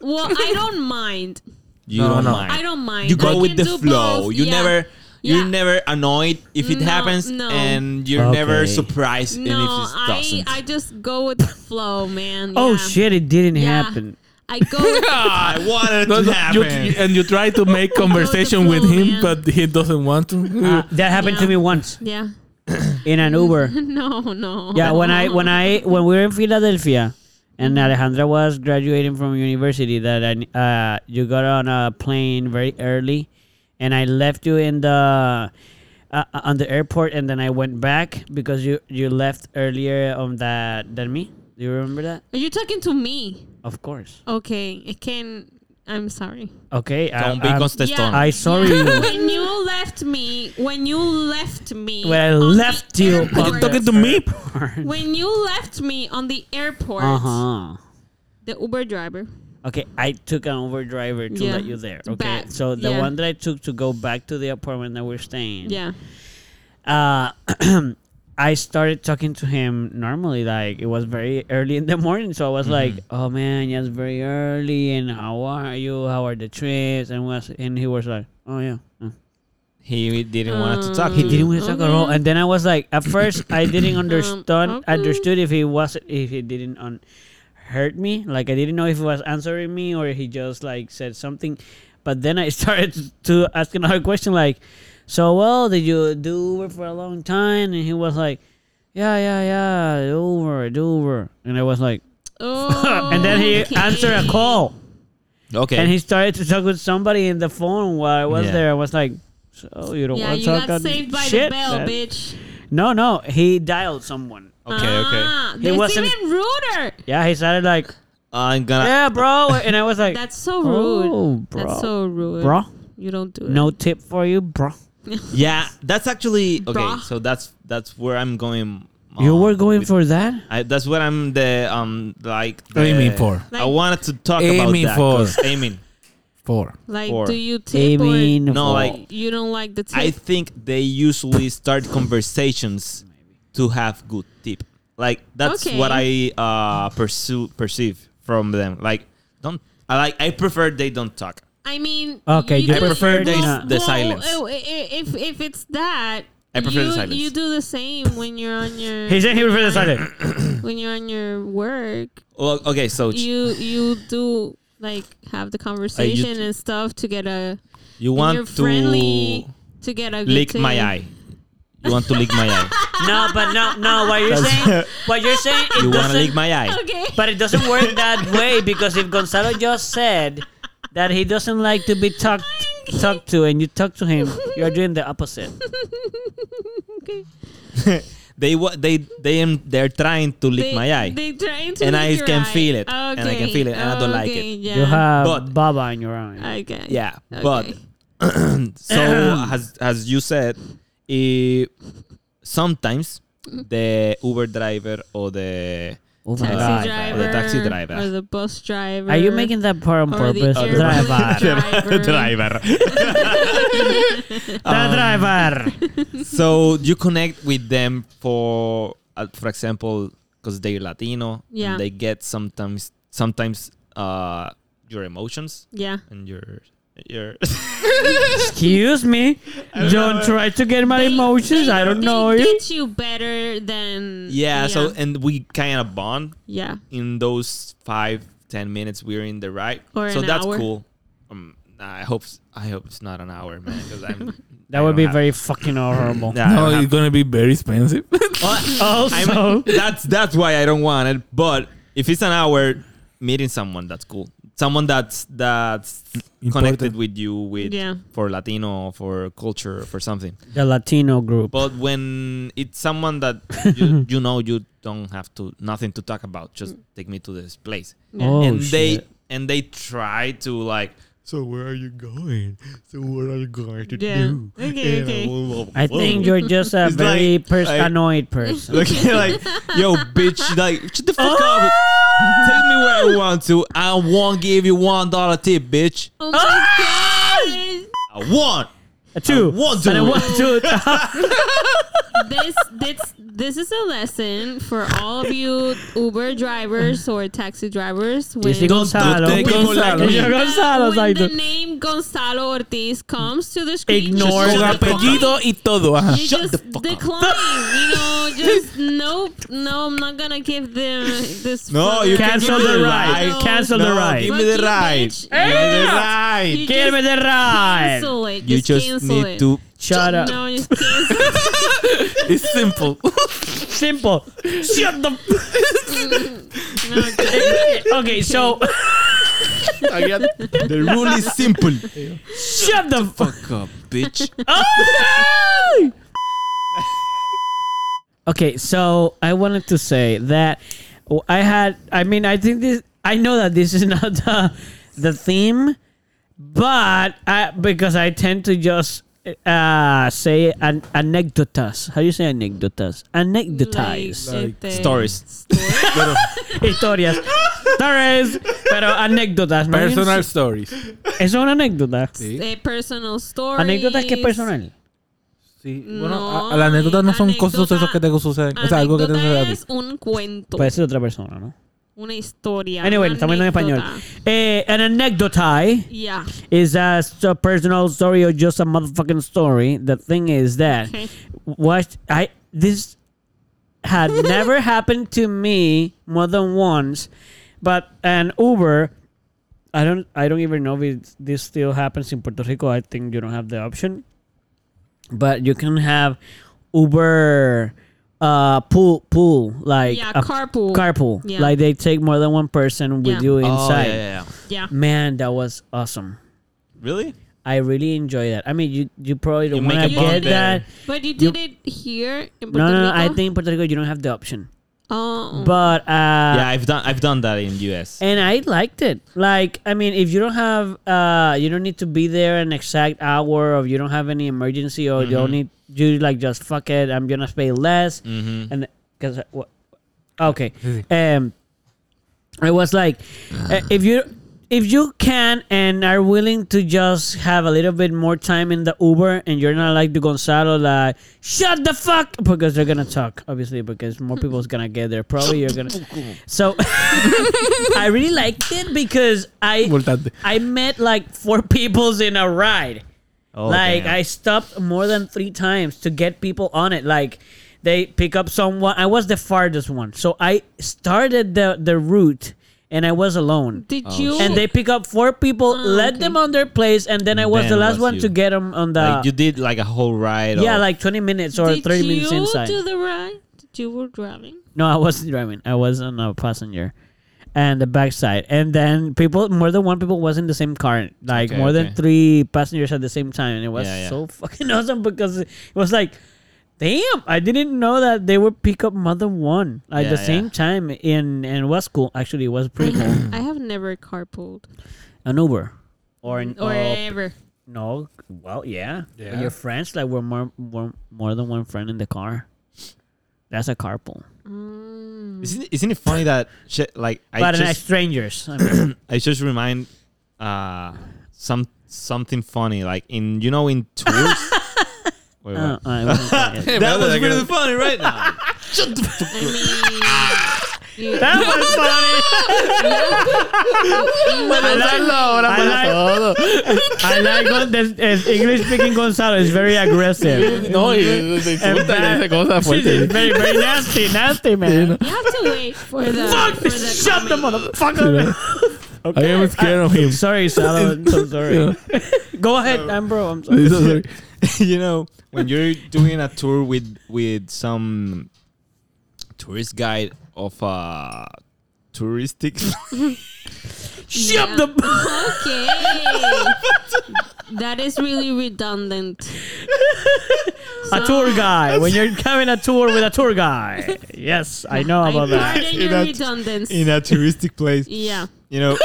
[SPEAKER 4] well, I don't mind.
[SPEAKER 1] you
[SPEAKER 2] No,
[SPEAKER 1] don't
[SPEAKER 2] no.
[SPEAKER 1] mind.
[SPEAKER 4] I don't mind.
[SPEAKER 1] You
[SPEAKER 4] I
[SPEAKER 1] go with
[SPEAKER 4] can
[SPEAKER 1] the
[SPEAKER 4] do
[SPEAKER 1] flow.
[SPEAKER 4] both.
[SPEAKER 1] You
[SPEAKER 4] Yeah.
[SPEAKER 1] never you're
[SPEAKER 4] Yeah.
[SPEAKER 1] never annoyed if it
[SPEAKER 4] No,
[SPEAKER 1] happens
[SPEAKER 4] no.
[SPEAKER 1] and you're never
[SPEAKER 3] Okay.
[SPEAKER 1] surprised and
[SPEAKER 4] No,
[SPEAKER 1] if it
[SPEAKER 4] I
[SPEAKER 1] doesn't.
[SPEAKER 4] I just go with the flow, man.
[SPEAKER 3] Oh
[SPEAKER 4] Yeah.
[SPEAKER 3] shit, it didn't
[SPEAKER 4] Yeah.
[SPEAKER 3] happen.
[SPEAKER 4] I go. with the
[SPEAKER 1] I, wanted
[SPEAKER 2] No,
[SPEAKER 1] it to
[SPEAKER 2] no, you,
[SPEAKER 1] happen.
[SPEAKER 2] and you try to make conversation with him, but he doesn't want
[SPEAKER 3] Uh,
[SPEAKER 2] to.
[SPEAKER 3] that happened to me
[SPEAKER 4] Yeah.
[SPEAKER 3] once
[SPEAKER 4] yeah.
[SPEAKER 3] in an Uber.
[SPEAKER 4] No, no.
[SPEAKER 3] Yeah, when I when I when we were in Philadelphia, and Alejandra was graduating from university, that I uh, you got on a plane very early, and I left you in the uh, on the airport, and then I went back because you you left earlier on that than me. Do you remember that?
[SPEAKER 4] Are you talking to me?
[SPEAKER 3] Of course.
[SPEAKER 4] Okay, I can. I'm sorry.
[SPEAKER 3] Okay. I-
[SPEAKER 1] Don't be
[SPEAKER 3] I'm-
[SPEAKER 1] contestant.
[SPEAKER 3] Um, I sorry
[SPEAKER 4] Yeah,
[SPEAKER 3] you.
[SPEAKER 4] when you left me, when you left me,
[SPEAKER 3] When I
[SPEAKER 4] on the
[SPEAKER 3] left you,
[SPEAKER 4] airport-
[SPEAKER 2] You're talking to me?
[SPEAKER 4] when you left me on the airport,
[SPEAKER 3] Uh
[SPEAKER 1] Uh-huh.
[SPEAKER 3] huh.
[SPEAKER 4] the Uber driver.
[SPEAKER 3] Okay, I took an Uber driver to
[SPEAKER 4] Yeah.
[SPEAKER 3] let you there. Okay,
[SPEAKER 4] Back,
[SPEAKER 3] so the
[SPEAKER 4] yeah.
[SPEAKER 3] one that I took to go back to the apartment that we're staying.
[SPEAKER 4] Yeah,
[SPEAKER 3] uh, I started talking to him normally. Like it was very early in the morning, so I was like, "Oh man, yeah, it's very early, and how are you? How are the trips?" And was and he was like, "Oh yeah." mm."
[SPEAKER 1] he didn't want to talk.
[SPEAKER 3] He
[SPEAKER 4] Uh,
[SPEAKER 1] to you.
[SPEAKER 3] didn't want to talk at
[SPEAKER 4] Mm-hmm.
[SPEAKER 3] all, and then I was like, at first I didn't understand
[SPEAKER 4] Um, okay.
[SPEAKER 3] understood if he was if he didn't un- hurt me, like I didn't know if he was answering me or he just like said something, but then I started to ask another question like, so well did you do Uber for a long time? And he was like, yeah yeah yeah Uber Uber, and I was like,
[SPEAKER 4] oh,
[SPEAKER 3] and then he answered a call.
[SPEAKER 1] Okay.
[SPEAKER 3] And he started to talk with somebody in the phone while I was
[SPEAKER 1] Yeah.
[SPEAKER 3] there. I was like, "So you don't
[SPEAKER 4] Yeah,
[SPEAKER 3] want to
[SPEAKER 4] you
[SPEAKER 3] talk
[SPEAKER 4] got
[SPEAKER 3] on
[SPEAKER 4] saved by
[SPEAKER 3] shit,
[SPEAKER 4] the bell,
[SPEAKER 3] man."
[SPEAKER 4] bitch.
[SPEAKER 3] No, no, he dialed someone.
[SPEAKER 1] okay, okay.
[SPEAKER 4] Ah,
[SPEAKER 3] He
[SPEAKER 4] that's
[SPEAKER 3] wasn't-
[SPEAKER 4] even ruder.
[SPEAKER 3] Yeah, he started like,
[SPEAKER 4] Ah.
[SPEAKER 1] I'm gonna
[SPEAKER 3] "Yeah, bro," and I was like,
[SPEAKER 4] That's so rude.
[SPEAKER 3] "Oh, bro,
[SPEAKER 4] That's so rude,
[SPEAKER 3] bro,
[SPEAKER 4] You don't do
[SPEAKER 3] no tip for you, bro."
[SPEAKER 1] Yeah, that's actually okay.
[SPEAKER 4] Bruh.
[SPEAKER 1] So that's that's where I'm going. uh,
[SPEAKER 3] you were going
[SPEAKER 1] with-
[SPEAKER 3] for that?
[SPEAKER 1] I, that's what I'm the um like the,
[SPEAKER 2] Aiming for.
[SPEAKER 1] I wanted to talk about
[SPEAKER 2] Aiming
[SPEAKER 1] that.
[SPEAKER 2] for.
[SPEAKER 1] 'cause Aiming
[SPEAKER 2] Four.
[SPEAKER 4] Like,
[SPEAKER 1] Or-
[SPEAKER 4] do you
[SPEAKER 3] I
[SPEAKER 4] tip
[SPEAKER 3] mean,
[SPEAKER 4] or
[SPEAKER 1] No,
[SPEAKER 3] for-
[SPEAKER 1] like-
[SPEAKER 4] you don't like the tip?
[SPEAKER 1] I think they usually start conversations to have good tip. Like that's
[SPEAKER 4] Okay.
[SPEAKER 1] what I uh, pursue perceive from them. Like don't I like I prefer they don't talk.
[SPEAKER 4] I mean,
[SPEAKER 3] Okay, you
[SPEAKER 4] do-
[SPEAKER 1] prefer the- the
[SPEAKER 4] well,
[SPEAKER 1] silence.
[SPEAKER 4] oh, i- i- If if it's that,
[SPEAKER 1] I prefer the
[SPEAKER 4] you-
[SPEAKER 1] silence.
[SPEAKER 4] You do the same when you're on your
[SPEAKER 3] He said he prefers silent.
[SPEAKER 4] when you're on your work.
[SPEAKER 1] Well, okay, so you,
[SPEAKER 4] You you do like have the conversation and stuff to get a and you're
[SPEAKER 1] want to
[SPEAKER 4] friendly to get a good
[SPEAKER 1] lick my
[SPEAKER 4] tip.
[SPEAKER 1] eye. You want to lick my eye.
[SPEAKER 3] No, but no, no. What you're saying, what you're saying, it
[SPEAKER 1] You want to
[SPEAKER 3] doesn't.
[SPEAKER 1] lick my eye.
[SPEAKER 4] Okay.
[SPEAKER 3] but it doesn't work that way because if Gonzalo just said that he doesn't like to be talked talked to, and you talk to him, you're doing the opposite.
[SPEAKER 4] okay.
[SPEAKER 1] They wa- they they am they're trying to lick
[SPEAKER 4] They-
[SPEAKER 1] my eye.
[SPEAKER 4] They're trying to
[SPEAKER 1] And
[SPEAKER 4] lick
[SPEAKER 1] I
[SPEAKER 4] your
[SPEAKER 1] can
[SPEAKER 4] eye.
[SPEAKER 1] feel it. And I can
[SPEAKER 4] Okay.
[SPEAKER 1] feel it, and I don't like it.
[SPEAKER 4] Okay, Yeah.
[SPEAKER 3] You have
[SPEAKER 1] But-
[SPEAKER 3] Baba in your eye.
[SPEAKER 4] Okay.
[SPEAKER 1] Yeah,
[SPEAKER 4] Okay.
[SPEAKER 1] but so as as you said, eh, sometimes
[SPEAKER 4] Mm-hmm.
[SPEAKER 1] the Uber driver or the
[SPEAKER 3] Oh my
[SPEAKER 1] Uh,
[SPEAKER 4] taxi
[SPEAKER 3] God.
[SPEAKER 4] driver,
[SPEAKER 1] or the taxi driver.
[SPEAKER 4] or the bus driver.
[SPEAKER 3] Are you making that part on
[SPEAKER 4] Or the
[SPEAKER 3] purpose?
[SPEAKER 4] airport
[SPEAKER 3] Driver.
[SPEAKER 4] driver.
[SPEAKER 3] The driver.
[SPEAKER 1] so you connect with them for uh, for example because they're Latino. and
[SPEAKER 4] Yeah.
[SPEAKER 1] they get sometimes sometimes uh your emotions
[SPEAKER 4] Yeah.
[SPEAKER 1] and your your
[SPEAKER 3] Excuse me. Don't try to get my
[SPEAKER 4] They-
[SPEAKER 3] emotions.
[SPEAKER 4] they-
[SPEAKER 3] I don't
[SPEAKER 4] they
[SPEAKER 3] know you.
[SPEAKER 4] Get you better than
[SPEAKER 1] yeah, So and we kind of bond
[SPEAKER 4] yeah.
[SPEAKER 1] in those five ten minutes we're in the ride.
[SPEAKER 4] Or
[SPEAKER 1] so
[SPEAKER 4] an
[SPEAKER 1] that's
[SPEAKER 4] hour.
[SPEAKER 1] cool. Um, I hope s- I hope it's not an hour, man. 'cause I'm, I
[SPEAKER 3] That would
[SPEAKER 1] don't
[SPEAKER 3] be
[SPEAKER 1] have-
[SPEAKER 3] very fucking horrible.
[SPEAKER 1] Nah, I
[SPEAKER 2] no,
[SPEAKER 1] don't have-
[SPEAKER 2] it's gonna be very expensive.
[SPEAKER 1] I mean,
[SPEAKER 3] Also,
[SPEAKER 1] that's that's why I don't want it. But if it's an hour meeting someone, that's cool. Someone that's that's connected
[SPEAKER 2] Important.
[SPEAKER 1] with you with
[SPEAKER 4] Yeah.
[SPEAKER 1] for Latino, for culture, for something.
[SPEAKER 3] the Latino group.
[SPEAKER 1] But when it's someone that you, you know you don't have to nothing to talk about, just
[SPEAKER 4] Mm.
[SPEAKER 1] take me to this place.
[SPEAKER 4] Yeah.
[SPEAKER 3] Oh,
[SPEAKER 1] and they
[SPEAKER 3] shit.
[SPEAKER 1] and they try to like
[SPEAKER 5] So where are you going? So what are you going to
[SPEAKER 4] Yeah.
[SPEAKER 5] do?
[SPEAKER 4] Okay,
[SPEAKER 5] And
[SPEAKER 4] okay.
[SPEAKER 5] blah, blah,
[SPEAKER 3] I
[SPEAKER 5] blah.
[SPEAKER 3] think you're just a
[SPEAKER 1] It's
[SPEAKER 3] very
[SPEAKER 1] like-
[SPEAKER 3] pers-
[SPEAKER 1] I-
[SPEAKER 3] annoyed person.
[SPEAKER 1] like, like yo bitch like shut the fuck up. Take me where I want to. I won't give you one dollar tip, bitch.
[SPEAKER 4] Oh
[SPEAKER 3] Ah!
[SPEAKER 4] my
[SPEAKER 1] I won't.
[SPEAKER 3] A Uh, two.
[SPEAKER 1] want to.
[SPEAKER 3] And a one, two.
[SPEAKER 4] god! This this this is a lesson for all of you Uber drivers or taxi drivers. When,
[SPEAKER 3] Dice Gonzalo.
[SPEAKER 1] take people like me.
[SPEAKER 3] Dice Gonzalo,
[SPEAKER 4] when the
[SPEAKER 3] exacto.
[SPEAKER 4] name Gonzalo Ortiz comes to the screen,
[SPEAKER 3] Ignore
[SPEAKER 2] Con
[SPEAKER 4] you
[SPEAKER 3] Or-
[SPEAKER 4] just
[SPEAKER 2] apellido y todo. Ajá.
[SPEAKER 4] You just decline, you know. Just nope, no. I'm not gonna give them this.
[SPEAKER 1] No,
[SPEAKER 4] fucking-
[SPEAKER 1] you can
[SPEAKER 3] Cancel
[SPEAKER 1] give me
[SPEAKER 3] the
[SPEAKER 1] the
[SPEAKER 3] ride.
[SPEAKER 4] ride.
[SPEAKER 3] Cancel the
[SPEAKER 1] No,
[SPEAKER 3] ride.
[SPEAKER 1] give me the
[SPEAKER 4] Fuck you,
[SPEAKER 1] ride.
[SPEAKER 4] bitch.
[SPEAKER 1] Give me the ride.
[SPEAKER 3] Give me the
[SPEAKER 4] You just
[SPEAKER 3] ride.
[SPEAKER 4] Cancel it.
[SPEAKER 1] You just
[SPEAKER 4] cancel
[SPEAKER 1] need
[SPEAKER 4] it.
[SPEAKER 1] to.
[SPEAKER 3] Shut up.
[SPEAKER 4] No, just cancel.
[SPEAKER 2] It's simple.
[SPEAKER 3] Simple. Shut the.
[SPEAKER 4] no, just-
[SPEAKER 3] Okay, so
[SPEAKER 1] The rule is simple.
[SPEAKER 3] shut the fuck.
[SPEAKER 1] Fuck up, bitch. Oh,
[SPEAKER 3] Oh, Okay, so I wanted to say that I had. I mean, I think this. I know that this is not the the theme, but I because I tend to just uh say an anecdotas. How do you say anecdotas? Anecdotize.
[SPEAKER 4] Like, este-
[SPEAKER 1] Stories.
[SPEAKER 3] historias. Stories, pero anécdotas. ¿no?
[SPEAKER 2] Personal stories.
[SPEAKER 3] Eso es una anécdota.
[SPEAKER 4] Eh, personal stories.
[SPEAKER 3] Anécdotas que es personal.
[SPEAKER 2] Sí.
[SPEAKER 4] No,
[SPEAKER 2] Bueno, a- las anécdotas no son cosas
[SPEAKER 4] anécdota-
[SPEAKER 2] sucesos que te suceden. O sea, algo que te sucede a
[SPEAKER 4] Anécdota
[SPEAKER 2] ti.
[SPEAKER 4] es un cuento,
[SPEAKER 3] Puede ser otra persona, ¿no?
[SPEAKER 4] una historia.
[SPEAKER 3] Anyway,
[SPEAKER 4] una
[SPEAKER 3] estamos hablando en español.
[SPEAKER 4] anécdota.
[SPEAKER 3] Eh, an anecdote
[SPEAKER 4] Yeah.
[SPEAKER 3] is a, s- a personal story or just a motherfucking story. The thing is that
[SPEAKER 4] Okay.
[SPEAKER 3] what I this had never happened to me more than once, but an Uber. I don't. I don't even know if it's- this still happens in Puerto Rico. I think you don't have the option, but you can have Uber uh pool pool like
[SPEAKER 4] Yeah,
[SPEAKER 3] a
[SPEAKER 4] carpool.
[SPEAKER 3] carpool
[SPEAKER 4] Yeah.
[SPEAKER 3] like they take more than one person with
[SPEAKER 4] Yeah.
[SPEAKER 3] you
[SPEAKER 1] Oh, yeah,
[SPEAKER 3] inside.
[SPEAKER 1] yeah, yeah.
[SPEAKER 4] Yeah.
[SPEAKER 3] Man, that was awesome.
[SPEAKER 1] Really?
[SPEAKER 3] I really enjoy that. I mean, you you probably don't
[SPEAKER 1] You make
[SPEAKER 3] want to
[SPEAKER 1] a
[SPEAKER 3] get
[SPEAKER 1] bond
[SPEAKER 3] that.
[SPEAKER 1] there.
[SPEAKER 4] But you did it here
[SPEAKER 3] No,
[SPEAKER 4] in Puerto
[SPEAKER 3] no, no. I
[SPEAKER 4] Rico?
[SPEAKER 3] think in Puerto Rico you don't have the option.
[SPEAKER 4] Oh.
[SPEAKER 3] But
[SPEAKER 1] yeah,
[SPEAKER 3] uh,
[SPEAKER 1] I've done I've done that in US.
[SPEAKER 3] and I liked it. Like, I mean, if you don't have uh, you don't need to be there an exact hour, or you don't have any emergency, or you don't need
[SPEAKER 1] Mm-hmm.
[SPEAKER 3] you like just fuck it. I'm gonna pay less, and because okay, um, it was like uh, if you if you can and are willing to just have a little bit more time in the Uber and you're not like the Gonzalo, like, shut the fuck, because they're gonna talk, obviously, because more people's gonna get there. Probably you're gonna. So I really liked it because I
[SPEAKER 2] Importante.
[SPEAKER 3] I met like four peoples in a ride.
[SPEAKER 1] Oh,
[SPEAKER 3] like
[SPEAKER 1] damn.
[SPEAKER 3] I stopped more than three times to get people on it. Like they pick up someone. I was the farthest one, so I started the the route and I was alone.
[SPEAKER 4] Did you?
[SPEAKER 3] And they pick up four people,
[SPEAKER 4] Oh,
[SPEAKER 3] let
[SPEAKER 4] okay.
[SPEAKER 3] them on their place, and then I was
[SPEAKER 1] Then
[SPEAKER 3] the last
[SPEAKER 1] was
[SPEAKER 3] one
[SPEAKER 1] you.
[SPEAKER 3] to get them on the.
[SPEAKER 1] like you did like a whole ride.
[SPEAKER 3] Uh, yeah,
[SPEAKER 1] of-
[SPEAKER 3] like twenty minutes or
[SPEAKER 4] did
[SPEAKER 3] thirty minutes
[SPEAKER 4] you
[SPEAKER 3] inside.
[SPEAKER 4] do the ride? Did you were driving?
[SPEAKER 3] No, I wasn't driving. I was on a passenger and the backside. And then people, more than one people was in the same car. Like
[SPEAKER 1] Okay,
[SPEAKER 3] more than
[SPEAKER 1] okay.
[SPEAKER 3] three passengers at the same time. And it was
[SPEAKER 1] Yeah, yeah.
[SPEAKER 3] so fucking awesome because it was like, damn, I didn't know that they would pick up more than one at
[SPEAKER 1] Yeah,
[SPEAKER 3] the
[SPEAKER 1] yeah.
[SPEAKER 3] same time. In, and it was cool. Actually, it was pretty cool.
[SPEAKER 4] I have never carpooled
[SPEAKER 3] An Uber. Or, an,
[SPEAKER 4] or
[SPEAKER 3] or
[SPEAKER 4] ever.
[SPEAKER 3] no, well, yeah.
[SPEAKER 2] Yeah.
[SPEAKER 3] Your friends, like, were more, were more than one friend in the car. That's a carpool. Mm.
[SPEAKER 1] isn't it, isn't it funny that shit? Like I
[SPEAKER 3] but uh,
[SPEAKER 1] just
[SPEAKER 3] strangers. I mean.
[SPEAKER 1] I just remind uh some something funny like in you know in tours. Wait, what?
[SPEAKER 4] Uh.
[SPEAKER 3] Oh, I wasn't saying it.
[SPEAKER 1] that was really funny right now.
[SPEAKER 3] That was funny. I like when this- this English speaking Gonzalo is very aggressive.
[SPEAKER 5] No, y se insulta y dice cosas
[SPEAKER 3] She's
[SPEAKER 5] fuertes.
[SPEAKER 3] very, very nasty, nasty man.
[SPEAKER 4] You have to wait for the.
[SPEAKER 3] Fuck
[SPEAKER 4] for
[SPEAKER 3] this!
[SPEAKER 4] the
[SPEAKER 3] Shut the
[SPEAKER 4] coming.
[SPEAKER 3] motherfucker.
[SPEAKER 5] I am scared of
[SPEAKER 4] Ah.
[SPEAKER 5] him.
[SPEAKER 3] Sorry, Sal. I'm so sorry. Go ahead, I'm bro. I'm sorry.
[SPEAKER 1] you know when you're doing a tour with with some tourist guide of a touristic
[SPEAKER 3] Shut
[SPEAKER 4] Yeah.
[SPEAKER 3] the.
[SPEAKER 4] Okay. that is really redundant.
[SPEAKER 3] A tour guy. When you're having a tour with a tour guy. Yes, I know
[SPEAKER 4] I
[SPEAKER 3] about that.
[SPEAKER 4] pardon
[SPEAKER 1] In
[SPEAKER 4] your
[SPEAKER 1] a-
[SPEAKER 4] redundancy.
[SPEAKER 1] in a touristic place.
[SPEAKER 4] yeah.
[SPEAKER 1] You know,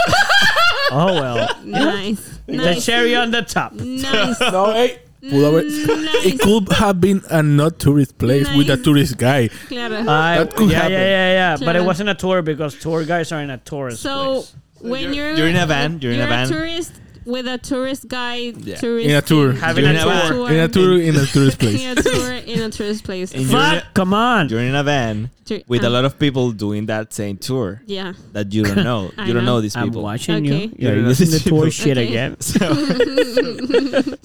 [SPEAKER 3] Oh, well.
[SPEAKER 4] Nice.
[SPEAKER 3] The
[SPEAKER 4] Nice.
[SPEAKER 3] cherry on the top.
[SPEAKER 4] Nice.
[SPEAKER 2] No, hey. Pudo haber. Mm. It
[SPEAKER 4] nice.
[SPEAKER 2] could have been a not tourist place with a
[SPEAKER 4] Nice.
[SPEAKER 2] tourist guy.
[SPEAKER 4] Claro.
[SPEAKER 3] I-
[SPEAKER 2] That could
[SPEAKER 3] yeah,
[SPEAKER 2] happen.
[SPEAKER 3] yeah, yeah, yeah. But it
[SPEAKER 4] Claro.
[SPEAKER 3] wasn't a tour because tour guys are in a tourist
[SPEAKER 4] So
[SPEAKER 3] place.
[SPEAKER 4] when you're
[SPEAKER 1] you're in a van, you're in a van.
[SPEAKER 4] tourist with a tourist guy.
[SPEAKER 1] Yeah.
[SPEAKER 4] Tourist
[SPEAKER 2] In a tour.
[SPEAKER 1] You're
[SPEAKER 3] Having a
[SPEAKER 1] in a
[SPEAKER 3] tour.
[SPEAKER 2] In a tour in a tourist place.
[SPEAKER 4] In a tour in a tourist place.
[SPEAKER 1] And you're-
[SPEAKER 3] Fuck, come on.
[SPEAKER 1] you're in a van
[SPEAKER 4] Tour-
[SPEAKER 1] with a
[SPEAKER 4] um,
[SPEAKER 1] lot of people doing that same tour
[SPEAKER 4] Yeah.
[SPEAKER 1] that you don't know.
[SPEAKER 4] I
[SPEAKER 1] you don't know
[SPEAKER 4] know.
[SPEAKER 1] these
[SPEAKER 3] I'm
[SPEAKER 1] people.
[SPEAKER 3] watching
[SPEAKER 4] Okay.
[SPEAKER 3] you. You're
[SPEAKER 1] You're
[SPEAKER 3] using the
[SPEAKER 1] not-
[SPEAKER 3] tour shit
[SPEAKER 4] Okay.
[SPEAKER 3] again.
[SPEAKER 1] So,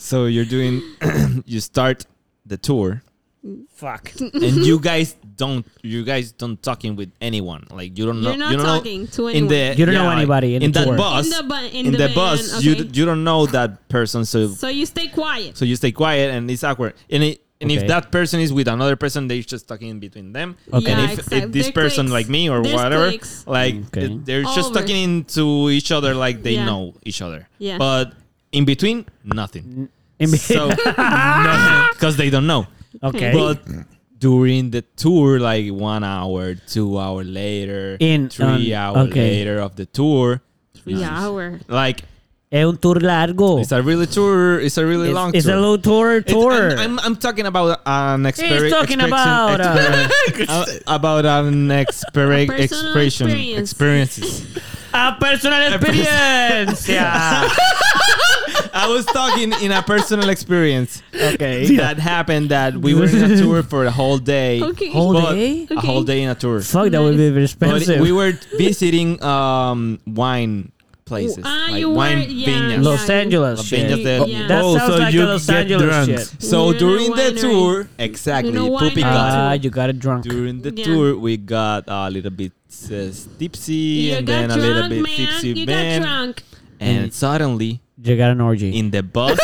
[SPEAKER 1] so you're doing, you start the tour,
[SPEAKER 3] Fuck.
[SPEAKER 1] and you guys don't, you guys don't talking with anyone. Like you don't know,
[SPEAKER 4] You're not
[SPEAKER 1] you don't
[SPEAKER 4] talking
[SPEAKER 1] know,
[SPEAKER 4] to
[SPEAKER 1] in
[SPEAKER 4] anyone.
[SPEAKER 1] the
[SPEAKER 3] You don't know
[SPEAKER 1] like,
[SPEAKER 3] anybody in
[SPEAKER 1] in,
[SPEAKER 3] the
[SPEAKER 1] that
[SPEAKER 3] tour.
[SPEAKER 1] bus.
[SPEAKER 4] In the bu- in
[SPEAKER 1] in
[SPEAKER 4] the
[SPEAKER 1] the
[SPEAKER 4] van,
[SPEAKER 1] bus, you
[SPEAKER 4] okay.
[SPEAKER 1] d- you don't know that person, so
[SPEAKER 4] so you stay quiet.
[SPEAKER 1] so you stay quiet, and it's awkward. And it, and
[SPEAKER 3] Okay.
[SPEAKER 1] if that person is with another person, they're just talking in between them.
[SPEAKER 3] Okay.
[SPEAKER 1] And
[SPEAKER 4] Yeah,
[SPEAKER 1] if,
[SPEAKER 4] exact-
[SPEAKER 1] if this
[SPEAKER 4] they're
[SPEAKER 1] person, like
[SPEAKER 4] cliques.
[SPEAKER 1] me or
[SPEAKER 4] There's
[SPEAKER 1] whatever, oh,
[SPEAKER 4] cliques.
[SPEAKER 1] like
[SPEAKER 3] Okay.
[SPEAKER 1] th- they're
[SPEAKER 4] All
[SPEAKER 1] just
[SPEAKER 4] over.
[SPEAKER 1] talking into each other, like they
[SPEAKER 4] Yeah.
[SPEAKER 1] know each other.
[SPEAKER 4] Yeah.
[SPEAKER 1] But in between, nothing.
[SPEAKER 3] In be-
[SPEAKER 1] so because they don't know.
[SPEAKER 3] okay.
[SPEAKER 1] But during the tour, like one hour, two hour later,
[SPEAKER 3] In-
[SPEAKER 1] three
[SPEAKER 3] on-
[SPEAKER 1] hour
[SPEAKER 3] okay.
[SPEAKER 1] later of the tour,
[SPEAKER 4] Three hour.
[SPEAKER 1] like
[SPEAKER 3] Es un tour largo.
[SPEAKER 1] it's a really tour. It's a really
[SPEAKER 3] It's-
[SPEAKER 1] long.
[SPEAKER 3] it's
[SPEAKER 1] tour.
[SPEAKER 3] a little tour.
[SPEAKER 1] It's-
[SPEAKER 3] Tour.
[SPEAKER 1] I'm, I'm, I'm talking about an experience.
[SPEAKER 3] talking about, uh,
[SPEAKER 1] about an experience.
[SPEAKER 4] Personal
[SPEAKER 1] expression
[SPEAKER 4] experience.
[SPEAKER 1] experiences.
[SPEAKER 3] a personal experience. yeah.
[SPEAKER 1] I was talking in a personal experience
[SPEAKER 3] Okay.
[SPEAKER 1] that happened that we were in a tour for a whole day.
[SPEAKER 4] Okay.
[SPEAKER 3] Whole
[SPEAKER 1] But-
[SPEAKER 3] day?
[SPEAKER 1] A whole day in a tour.
[SPEAKER 3] Fuck, that would be very
[SPEAKER 1] But
[SPEAKER 3] expensive.
[SPEAKER 1] we were visiting um, wine places,
[SPEAKER 4] Ah,
[SPEAKER 1] like
[SPEAKER 4] you were-
[SPEAKER 1] wine
[SPEAKER 4] yeah,
[SPEAKER 1] viñas.
[SPEAKER 4] yeah.
[SPEAKER 3] Los Angeles.
[SPEAKER 1] Los Angeles,
[SPEAKER 3] Shit.
[SPEAKER 1] the-
[SPEAKER 4] Yeah.
[SPEAKER 3] That
[SPEAKER 2] Oh,
[SPEAKER 3] sounds
[SPEAKER 2] so
[SPEAKER 3] like
[SPEAKER 2] you
[SPEAKER 3] a Los
[SPEAKER 2] get
[SPEAKER 3] Angeles
[SPEAKER 2] drunk.
[SPEAKER 3] shit.
[SPEAKER 1] So
[SPEAKER 4] We're in a
[SPEAKER 1] during the
[SPEAKER 4] winery.
[SPEAKER 1] tour, exactly,
[SPEAKER 4] In a
[SPEAKER 1] Pupi
[SPEAKER 4] winery.
[SPEAKER 1] got
[SPEAKER 3] Ah, you got it drunk.
[SPEAKER 1] during the
[SPEAKER 4] Yeah.
[SPEAKER 1] tour we got a little bit uh, tipsy
[SPEAKER 4] You
[SPEAKER 1] and
[SPEAKER 4] got
[SPEAKER 1] then
[SPEAKER 4] drunk,
[SPEAKER 1] a little bit
[SPEAKER 4] man.
[SPEAKER 1] tipsy
[SPEAKER 4] you
[SPEAKER 1] man
[SPEAKER 4] got drunk.
[SPEAKER 1] and suddenly
[SPEAKER 3] You got an orgy.
[SPEAKER 1] in the bus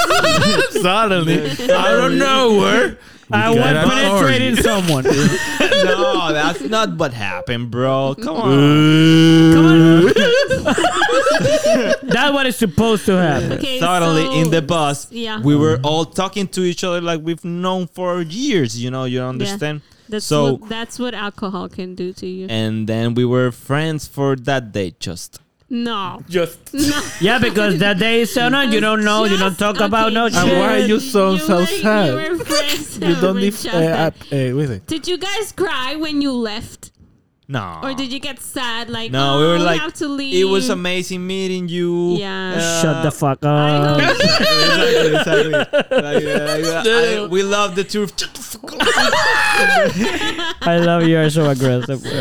[SPEAKER 2] Suddenly, I don't know where.
[SPEAKER 3] I
[SPEAKER 2] got
[SPEAKER 3] want
[SPEAKER 2] an
[SPEAKER 3] penetrating someone.
[SPEAKER 1] no that's not what happened bro come on
[SPEAKER 3] Come on. That's what is supposed to happen.
[SPEAKER 4] Okay,
[SPEAKER 1] suddenly
[SPEAKER 4] so
[SPEAKER 1] in the bus
[SPEAKER 4] yeah.
[SPEAKER 1] we were all talking to each other like we've known for years you know you understand
[SPEAKER 4] That's
[SPEAKER 1] so
[SPEAKER 4] what, that's what alcohol can do to you.
[SPEAKER 1] and then we were friends for that day just
[SPEAKER 4] No.
[SPEAKER 2] Just.
[SPEAKER 3] Yeah, because that day is so no, you don't know, you don't talk about no
[SPEAKER 4] Okay,
[SPEAKER 3] shit.
[SPEAKER 2] And why you so- so
[SPEAKER 4] were-
[SPEAKER 2] sad?
[SPEAKER 4] You, were friends
[SPEAKER 2] You don't
[SPEAKER 4] with
[SPEAKER 2] leave.
[SPEAKER 4] each
[SPEAKER 2] Uh,
[SPEAKER 4] other.
[SPEAKER 2] uh, wait a second.
[SPEAKER 4] Did you guys cry when you left?
[SPEAKER 1] No.
[SPEAKER 4] Or did you get sad? Like,
[SPEAKER 1] No,
[SPEAKER 4] oh,
[SPEAKER 1] we were like,
[SPEAKER 4] have to leave.
[SPEAKER 1] It was amazing meeting you. Uh,
[SPEAKER 4] Yeah.
[SPEAKER 3] Shut the fuck
[SPEAKER 4] I
[SPEAKER 3] up.
[SPEAKER 4] hope-
[SPEAKER 1] exactly, exactly. Like, uh, I- we love the tour. Shut the fuck up.
[SPEAKER 3] I love you. You're so aggressive.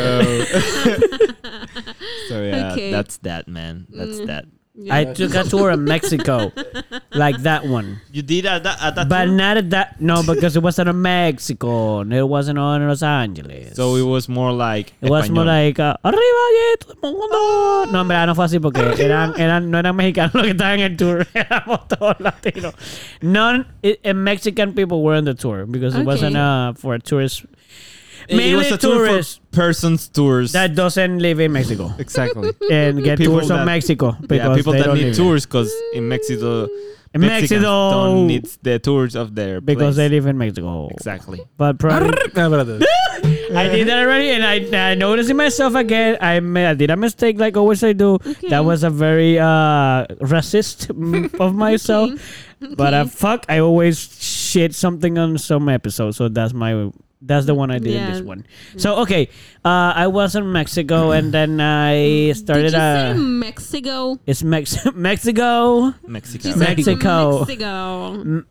[SPEAKER 1] So, so yeah,
[SPEAKER 4] Okay. Mm.
[SPEAKER 1] that's that, man. That's that.
[SPEAKER 4] Yeah.
[SPEAKER 3] I took a tour in Mexico, like that one,
[SPEAKER 1] You did at that. At that
[SPEAKER 3] but
[SPEAKER 1] tour?
[SPEAKER 3] not at that. No, because it wasn't in Mexico. and It wasn't on Los Angeles.
[SPEAKER 1] So it was more like.
[SPEAKER 3] It was more
[SPEAKER 1] español.
[SPEAKER 3] like, uh, arriba, yeah, todo el mundo. No, en verdad no fue así porque eran, eran, no eran mexicanos los que estaban en el tour, éramos todos latinos. None i- uh, Mexican people were on the tour because it wasn't
[SPEAKER 4] Okay.
[SPEAKER 3] uh, for tourists
[SPEAKER 1] It- it was
[SPEAKER 3] mainly
[SPEAKER 1] a tour
[SPEAKER 3] tourists.
[SPEAKER 1] for persons tours.
[SPEAKER 3] that doesn't live in Mexico
[SPEAKER 1] exactly.
[SPEAKER 3] and get
[SPEAKER 1] People
[SPEAKER 3] tours
[SPEAKER 1] that-
[SPEAKER 3] of Mexico because
[SPEAKER 1] yeah, people
[SPEAKER 3] they
[SPEAKER 1] that
[SPEAKER 3] don't
[SPEAKER 1] need
[SPEAKER 3] live
[SPEAKER 1] tours because in Mexico,
[SPEAKER 3] in
[SPEAKER 1] Mexicans
[SPEAKER 3] Mexico
[SPEAKER 1] don't need the tours of their
[SPEAKER 3] because they
[SPEAKER 1] place.
[SPEAKER 3] live in Mexico.
[SPEAKER 1] exactly.
[SPEAKER 3] But probably,
[SPEAKER 2] Ah,
[SPEAKER 3] I did that already, and I, I noticed it myself again. I, ma- I did a mistake, like always I do.
[SPEAKER 4] Okay.
[SPEAKER 3] That was a very uh, racist mm, of myself. But uh, fuck, I always shit something on some episode, so that's my that's the one I did in this
[SPEAKER 4] Yeah.
[SPEAKER 3] one. So okay, uh, I was in Mexico, and then I started.
[SPEAKER 4] Mm. Did you say
[SPEAKER 3] uh,
[SPEAKER 4] Mexico?
[SPEAKER 3] it's Mex- Mexico,
[SPEAKER 4] You
[SPEAKER 1] Mexico.
[SPEAKER 4] said
[SPEAKER 3] Mexico.
[SPEAKER 4] Mexico.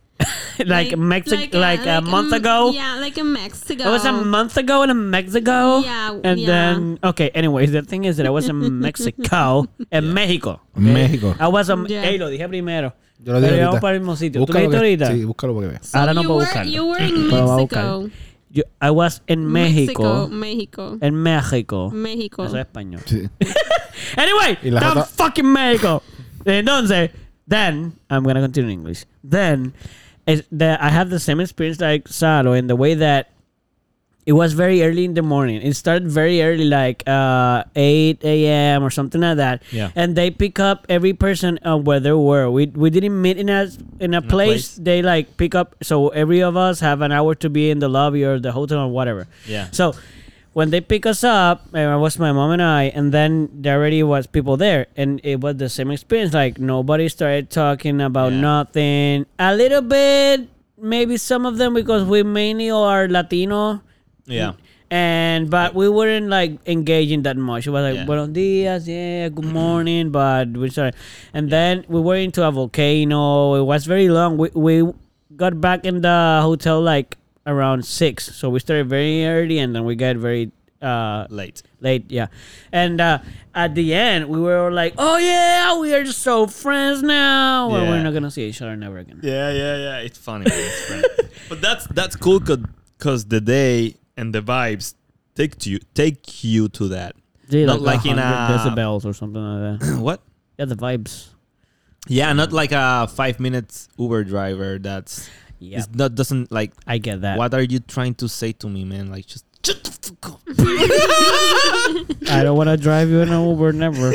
[SPEAKER 3] like Mexico, like, a, month
[SPEAKER 4] mm,
[SPEAKER 3] ago.
[SPEAKER 4] Yeah, like a Mexico.
[SPEAKER 3] It was a month ago in Mexico.
[SPEAKER 4] Yeah,
[SPEAKER 3] And
[SPEAKER 4] yeah.
[SPEAKER 3] then okay. Anyways, the thing is that I was in Mexico, en México. okay?
[SPEAKER 2] México.
[SPEAKER 3] I was en.
[SPEAKER 4] Yeah.
[SPEAKER 3] Ey, lo dije primero.
[SPEAKER 2] Yo lo
[SPEAKER 3] Pero
[SPEAKER 2] dije
[SPEAKER 3] vamos
[SPEAKER 2] ahorita.
[SPEAKER 3] para el mismo sitio. ¿Tú lo
[SPEAKER 2] Búscalo
[SPEAKER 3] dijiste
[SPEAKER 2] que,
[SPEAKER 3] ahorita?
[SPEAKER 2] sí, búscalo para que veas.
[SPEAKER 4] So
[SPEAKER 3] Ahora no
[SPEAKER 4] you
[SPEAKER 3] puedo
[SPEAKER 4] were-
[SPEAKER 3] buscarlo.
[SPEAKER 4] You were in
[SPEAKER 3] Pero voy a
[SPEAKER 4] Mexico.
[SPEAKER 3] Yo, I was en México.
[SPEAKER 4] Mexico. Mm.
[SPEAKER 3] En México.
[SPEAKER 4] Mexico.
[SPEAKER 3] Eso es español.
[SPEAKER 2] Sí.
[SPEAKER 3] Anyway,
[SPEAKER 2] Y la
[SPEAKER 3] I'm
[SPEAKER 2] jota-
[SPEAKER 3] fucking Mexico. Entonces, then I'm gonna continue in English. Then, is that I have the same experience like Salo in the way that it was very early in the morning. It started very early, like uh, 8 a.m. or something like that.
[SPEAKER 1] Yeah.
[SPEAKER 3] And they pick up every person uh, where they were. We, we didn't meet in a in a, place.
[SPEAKER 1] place.
[SPEAKER 3] They like pick up. So every of us have an hour to be in the lobby or the hotel or whatever.
[SPEAKER 1] Yeah.
[SPEAKER 3] So when they pick us up, and it was my mom and I, and then there already was people there, and it was the same experience. Like nobody started talking about
[SPEAKER 1] Yeah.
[SPEAKER 3] nothing. A little bit, maybe some of them because we mainly are Latino.
[SPEAKER 1] Yeah.
[SPEAKER 3] And but we weren't like engaging that much. It was like
[SPEAKER 1] Yeah.
[SPEAKER 3] buenos dias, yeah, good morning, but we started, and then we were into a volcano. It was very long. We we got back in the hotel like around six, so we started very early, and then we got very uh
[SPEAKER 1] Late.
[SPEAKER 3] late yeah and uh at the end we were all like oh yeah we are so friends now and we're
[SPEAKER 1] Yeah.
[SPEAKER 3] not gonna see each other never again
[SPEAKER 1] Yeah, yeah, yeah. It's funny. man. It's friend. but that's that's cool because the day and the vibes take to you take you to that.
[SPEAKER 3] Dude,
[SPEAKER 1] Not uh, like in
[SPEAKER 3] 100
[SPEAKER 1] a-
[SPEAKER 3] decibels or something like that
[SPEAKER 1] what?
[SPEAKER 3] yeah the vibes
[SPEAKER 1] Yeah, not like a five minutes Uber driver. That's
[SPEAKER 3] yeah
[SPEAKER 1] it's not doesn't like.
[SPEAKER 3] i get that
[SPEAKER 1] What are you trying to say to me, man? Like just shut the fuck up.
[SPEAKER 3] i don't want to drive you in an uber never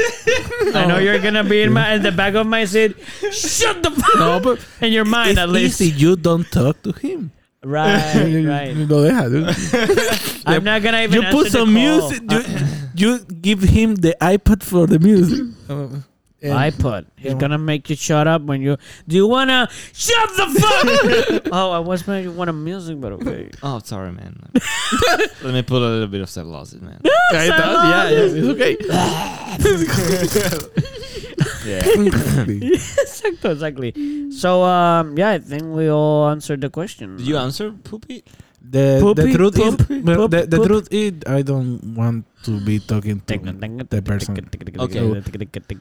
[SPEAKER 3] i know you're gonna be in my in the back of my seat shut the fuck
[SPEAKER 2] No, but
[SPEAKER 3] up in your mind at
[SPEAKER 2] it's
[SPEAKER 3] least
[SPEAKER 2] easy. You don't talk to him.
[SPEAKER 3] right right
[SPEAKER 2] Lo deja, dude.
[SPEAKER 3] i'm not gonna even
[SPEAKER 2] you
[SPEAKER 3] answer
[SPEAKER 2] put
[SPEAKER 3] the
[SPEAKER 2] some
[SPEAKER 3] call.
[SPEAKER 2] music. You, you give him the iPad for the music. Uh, and
[SPEAKER 3] iPod. He's gonna make you shut up when you. Do you wanna shut the fuck? oh, I was making one of music, but okay.
[SPEAKER 1] Oh, sorry, man. Let me put a little bit of cellulosis, man.
[SPEAKER 2] I thought, yeah, yeah, it's okay.
[SPEAKER 1] Yeah.
[SPEAKER 3] exactly, exactly. So, um, yeah, I think we all answered the question.
[SPEAKER 1] Did you answer, Poopy?
[SPEAKER 2] The,
[SPEAKER 3] Poopy,
[SPEAKER 2] the truth
[SPEAKER 3] poop,
[SPEAKER 2] is, well,
[SPEAKER 3] poop,
[SPEAKER 2] the, the
[SPEAKER 3] poop.
[SPEAKER 2] truth is, I don't want to be talking to the person.
[SPEAKER 1] Okay.
[SPEAKER 3] Okay.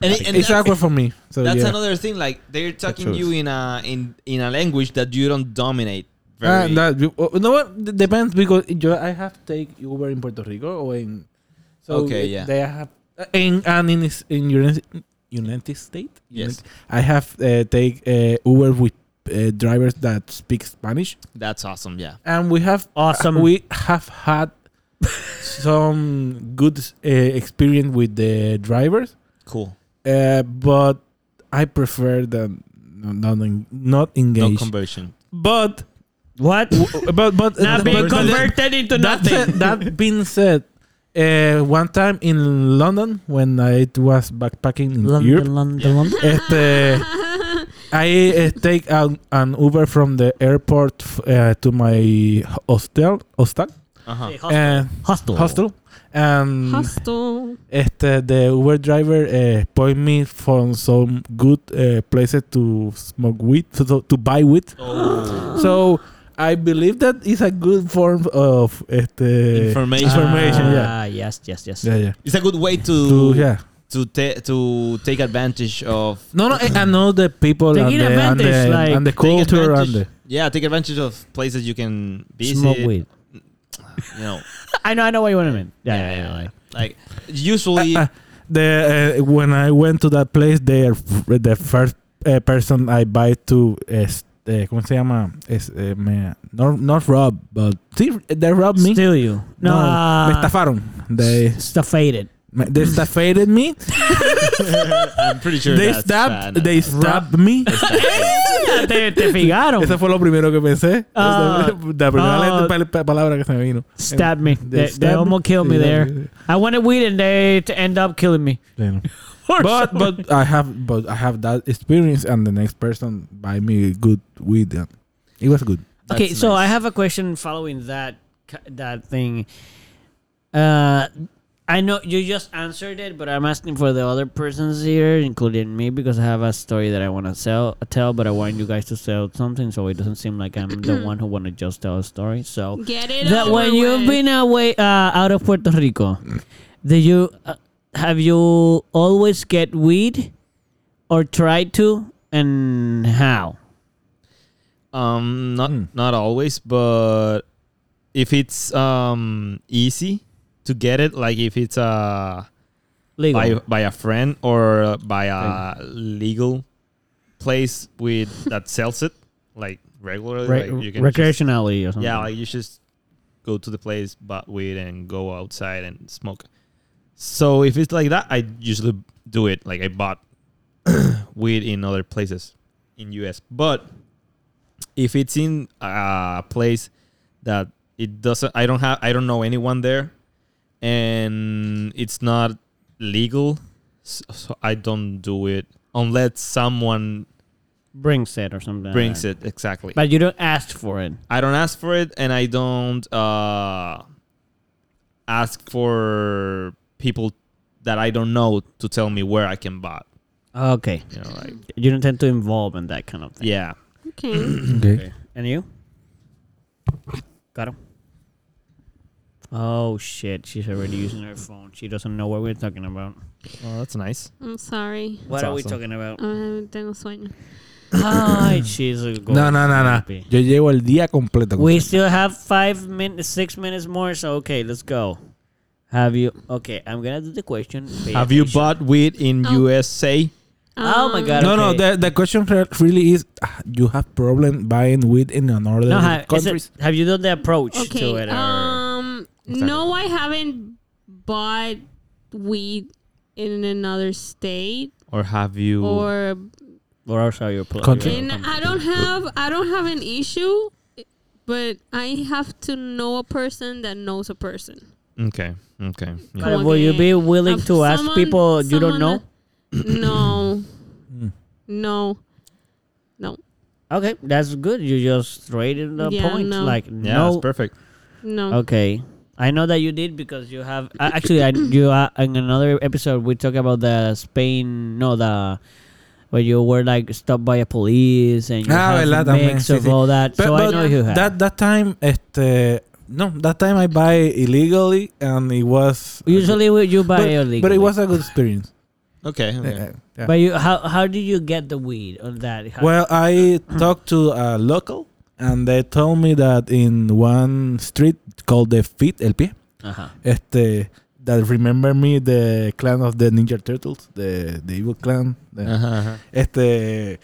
[SPEAKER 1] And
[SPEAKER 2] it's
[SPEAKER 1] that's-
[SPEAKER 2] awkward for me. So
[SPEAKER 1] That's
[SPEAKER 2] Oh, yeah.
[SPEAKER 1] another thing. Like they're talking
[SPEAKER 2] true.
[SPEAKER 1] you in a in in a language that you don't dominate.
[SPEAKER 2] Ah,
[SPEAKER 1] Very.
[SPEAKER 2] that you, oh, no, what D- depends because you, I have take Uber in Puerto Rico or in. So
[SPEAKER 1] Okay,
[SPEAKER 2] it-
[SPEAKER 1] yeah.
[SPEAKER 2] They have uh, in and in is- in United, United States.
[SPEAKER 1] Yes.
[SPEAKER 2] I have uh, take uh, Uber with uh, drivers that speak Spanish,
[SPEAKER 1] That's awesome. Yeah.
[SPEAKER 2] and we have
[SPEAKER 3] Awesome.
[SPEAKER 2] we have had some good uh, experience with the drivers.
[SPEAKER 1] Cool.
[SPEAKER 2] Uh, but I prefer the not en- not
[SPEAKER 1] No
[SPEAKER 2] engage.
[SPEAKER 1] conversion.
[SPEAKER 2] but
[SPEAKER 3] what?
[SPEAKER 2] but but
[SPEAKER 3] Not being
[SPEAKER 2] but- but-
[SPEAKER 3] converted into
[SPEAKER 2] That
[SPEAKER 3] nothing.
[SPEAKER 2] said, that being said, uh, one time in London when I was backpacking in Europe,
[SPEAKER 3] London, London.
[SPEAKER 2] este, I uh, take an, an Uber from the airport f- uh, to my hostel hostel,
[SPEAKER 1] Ajá.
[SPEAKER 2] And
[SPEAKER 3] Hostel. Ah,
[SPEAKER 2] hostel. And
[SPEAKER 4] Hostel.
[SPEAKER 2] este, the Uber driver eh, point me from some good eh, places to smoke weed, to, to, to buy weed.
[SPEAKER 1] Oh.
[SPEAKER 2] So I believe that is a good form of este,
[SPEAKER 1] Information.
[SPEAKER 2] Information, yeah.
[SPEAKER 3] Ah, yes, yes, yes.
[SPEAKER 2] Yeah, yeah.
[SPEAKER 1] It's a good way
[SPEAKER 2] To,
[SPEAKER 1] to
[SPEAKER 2] yeah.
[SPEAKER 1] to ta- to take advantage of
[SPEAKER 2] No, no, I I know the people and
[SPEAKER 3] Taking
[SPEAKER 2] the, and, the,
[SPEAKER 3] advantage, like-
[SPEAKER 2] and the
[SPEAKER 1] take
[SPEAKER 2] culture and
[SPEAKER 1] advantage-
[SPEAKER 2] the.
[SPEAKER 1] yeah, take advantage of places you can visit.
[SPEAKER 3] Smoke weed.
[SPEAKER 1] You know,
[SPEAKER 3] I know, I know what you want to mean. Yeah,
[SPEAKER 1] Yeah,
[SPEAKER 3] yeah, yeah.
[SPEAKER 1] yeah,
[SPEAKER 3] yeah.
[SPEAKER 1] like usually
[SPEAKER 2] Uh, uh, the uh, when I went to that place, they are f- the first uh, person I buy to es, eh, ¿cómo se llama? Es, eh, me, not, not rob, but sí, they robbed me.
[SPEAKER 3] Steal you. No,
[SPEAKER 2] No, me
[SPEAKER 3] uh,
[SPEAKER 2] estafaron. They
[SPEAKER 3] staffated.
[SPEAKER 2] me- they staffated me.
[SPEAKER 1] I'm pretty sure
[SPEAKER 2] they
[SPEAKER 1] that's
[SPEAKER 2] stabbed
[SPEAKER 1] bad.
[SPEAKER 2] they stabbed me.
[SPEAKER 3] Yeah, te, te fijaron.
[SPEAKER 2] Eso fue lo primero que pensé.
[SPEAKER 3] Ah.
[SPEAKER 2] la primera
[SPEAKER 3] Ah.
[SPEAKER 2] pal- pa- palabra que se me vino.
[SPEAKER 3] Stabbed me.
[SPEAKER 2] They
[SPEAKER 3] They, they
[SPEAKER 2] stabbed
[SPEAKER 3] almost
[SPEAKER 2] me.
[SPEAKER 3] killed me
[SPEAKER 2] Yeah,
[SPEAKER 3] there.
[SPEAKER 2] yeah,
[SPEAKER 3] I wanted weed and they t- end up killing me.
[SPEAKER 2] yeah. Yeah.
[SPEAKER 3] Or
[SPEAKER 2] but
[SPEAKER 3] something.
[SPEAKER 2] but I have but I have that experience, and the next person buy me good weed. And it was good.
[SPEAKER 1] That's
[SPEAKER 3] okay, so
[SPEAKER 1] nice.
[SPEAKER 3] I have a question following that c- that thing. Uh, I know you just answered it, but I'm asking for the other persons here, including me, because I have a story that I want to sell tell, but I want you guys to sell something, so it doesn't seem like I'm the one who want to just tell a story. So
[SPEAKER 4] Get it
[SPEAKER 3] that
[SPEAKER 4] over
[SPEAKER 3] when
[SPEAKER 4] with.
[SPEAKER 3] you've been away uh, out of Puerto Rico, did you uh, have you always get weed or tried to, and how?
[SPEAKER 1] Um, not
[SPEAKER 2] Hmm.
[SPEAKER 1] not always, but if it's um easy to get it, like if it's uh
[SPEAKER 3] Legal.
[SPEAKER 1] by by a friend or uh, by a legal place with that sells it, like regularly,
[SPEAKER 3] Re-
[SPEAKER 1] like you can just-
[SPEAKER 3] recreationally or something.
[SPEAKER 1] yeah, like you just go to the place, but weed, and go outside and smoke. So if it's like that, I usually do it. Like I bought weed in other places in US, but if it's in a place that it doesn't, I don't have, I don't know anyone there, and it's not legal, so, so I don't do it unless someone
[SPEAKER 3] brings it or something.
[SPEAKER 1] brings it exactly.
[SPEAKER 3] Uh, But you don't ask for it.
[SPEAKER 1] I don't ask for it, and I don't uh, ask for people that I don't know to tell me where I can buy.
[SPEAKER 3] Oh, Okay.
[SPEAKER 1] You know, like
[SPEAKER 3] You don't tend to involve in that kind of thing.
[SPEAKER 1] yeah,
[SPEAKER 4] Okay.
[SPEAKER 2] Okay.
[SPEAKER 3] And you? Got him. Oh shit, she's already using her phone. She doesn't know what we're talking about.
[SPEAKER 1] well, Oh, that's nice.
[SPEAKER 4] I'm sorry.
[SPEAKER 3] What
[SPEAKER 1] That's
[SPEAKER 3] are we
[SPEAKER 1] awesome.
[SPEAKER 3] talking about?
[SPEAKER 4] Uh, tengo sueño.
[SPEAKER 3] Ay, she's a gold
[SPEAKER 2] No, no, no, no.
[SPEAKER 3] puppy.
[SPEAKER 2] Yo llevo el día completo.
[SPEAKER 3] We still have five minutes, six minutes more, so okay, let's go. Have you? Okay, I'm gonna do the question. Pay
[SPEAKER 1] Have you
[SPEAKER 3] attention.
[SPEAKER 1] bought weed in
[SPEAKER 4] Oh.
[SPEAKER 1] USA?
[SPEAKER 3] Oh my
[SPEAKER 4] Um,
[SPEAKER 3] god!
[SPEAKER 2] No, no.
[SPEAKER 3] okay.
[SPEAKER 2] The, the question re- really is: ah, You have problem buying weed in another
[SPEAKER 3] No, ha- is
[SPEAKER 2] country?
[SPEAKER 3] it, have you done the approach to
[SPEAKER 4] Okay.
[SPEAKER 3] it? or-
[SPEAKER 4] Um. No, I haven't bought weed in another state
[SPEAKER 1] Or have you?
[SPEAKER 4] or
[SPEAKER 3] Or else are you pl-
[SPEAKER 2] Country.
[SPEAKER 3] you're com-
[SPEAKER 4] and I don't have I don't have an issue, but I have to know a person that knows a person.
[SPEAKER 1] okay, okay. yeah.
[SPEAKER 3] But will you be willing
[SPEAKER 4] Of
[SPEAKER 3] to ask
[SPEAKER 4] someone-
[SPEAKER 3] people you don't know?
[SPEAKER 4] someone that- No. no. No.
[SPEAKER 3] Okay, that's good. You just straightened the
[SPEAKER 4] Yeah,
[SPEAKER 3] point.
[SPEAKER 4] no.
[SPEAKER 3] Like
[SPEAKER 1] Yeah,
[SPEAKER 3] no.
[SPEAKER 1] it's perfect.
[SPEAKER 4] No.
[SPEAKER 3] Okay. I know that you did because you have uh, actually I, you uh, in another episode we talked about the Spain no the where you were like stopped by a police and you have a
[SPEAKER 2] Ah, verdad, también,
[SPEAKER 3] mix
[SPEAKER 2] sí,
[SPEAKER 3] of
[SPEAKER 2] sí.
[SPEAKER 3] all that.
[SPEAKER 2] But-
[SPEAKER 3] so I
[SPEAKER 2] but
[SPEAKER 3] know you have.
[SPEAKER 2] That that time, este, no, that time I buy illegally, and it was
[SPEAKER 3] Usually we- you buy
[SPEAKER 2] but,
[SPEAKER 3] illegally.
[SPEAKER 2] but it was a good experience.
[SPEAKER 1] Okay, okay.
[SPEAKER 2] Yeah, yeah.
[SPEAKER 3] But you how how did you get the weed on that? How-
[SPEAKER 2] Well, I talked to a local, and they told me that in one street called the Feet El Pie,
[SPEAKER 3] uh-huh.
[SPEAKER 2] este, that remember me the clan of the Ninja Turtles, the the evil clan. the-
[SPEAKER 1] Uh-huh, uh-huh.
[SPEAKER 2] Este,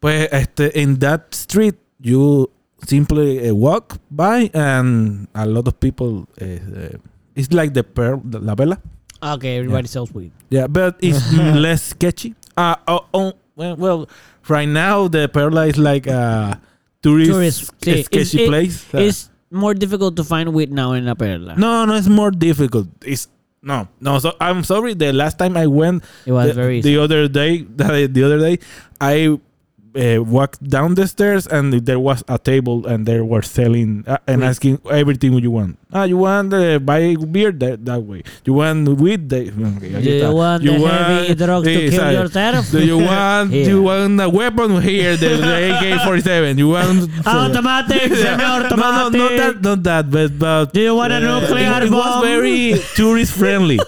[SPEAKER 2] pues, este, in that street you simply uh, walk by, and a lot of people. Uh, uh, it's like the pearl, the la vela.
[SPEAKER 3] Okay, everybody sells weed.
[SPEAKER 2] Yeah, but it's less sketchy. Uh, oh, oh, well, well, right now the perla is like a tourist,
[SPEAKER 3] Tourist,
[SPEAKER 2] sk-
[SPEAKER 3] sí. It's-
[SPEAKER 2] sketchy
[SPEAKER 3] it-
[SPEAKER 2] place. Uh,
[SPEAKER 3] It's more difficult to find weed now in La Perla.
[SPEAKER 2] no, no, it's more difficult. It's no, no. So I'm sorry. The last time I went,
[SPEAKER 3] it was
[SPEAKER 2] the,
[SPEAKER 3] very
[SPEAKER 2] the other day, the, other day, I uh, walked down the stairs and there was a table and they were selling uh, and
[SPEAKER 3] Wait.
[SPEAKER 2] asking everything you want. Ah, you want uh, buy beer that, that way. You want weed? That, okay,
[SPEAKER 3] Do you want the heavy drug to
[SPEAKER 2] this,
[SPEAKER 3] kill
[SPEAKER 2] uh,
[SPEAKER 3] yourself?
[SPEAKER 2] Do you want
[SPEAKER 3] Here.
[SPEAKER 2] you want a weapon here? The, the AK forty seven. You want
[SPEAKER 3] Ah, automatic,
[SPEAKER 2] Yeah.
[SPEAKER 3] semi-automatic.
[SPEAKER 2] No, no, not that, not that, but but
[SPEAKER 3] Do you want a nuclear
[SPEAKER 2] it, it was
[SPEAKER 3] bomb?
[SPEAKER 2] very tourist friendly.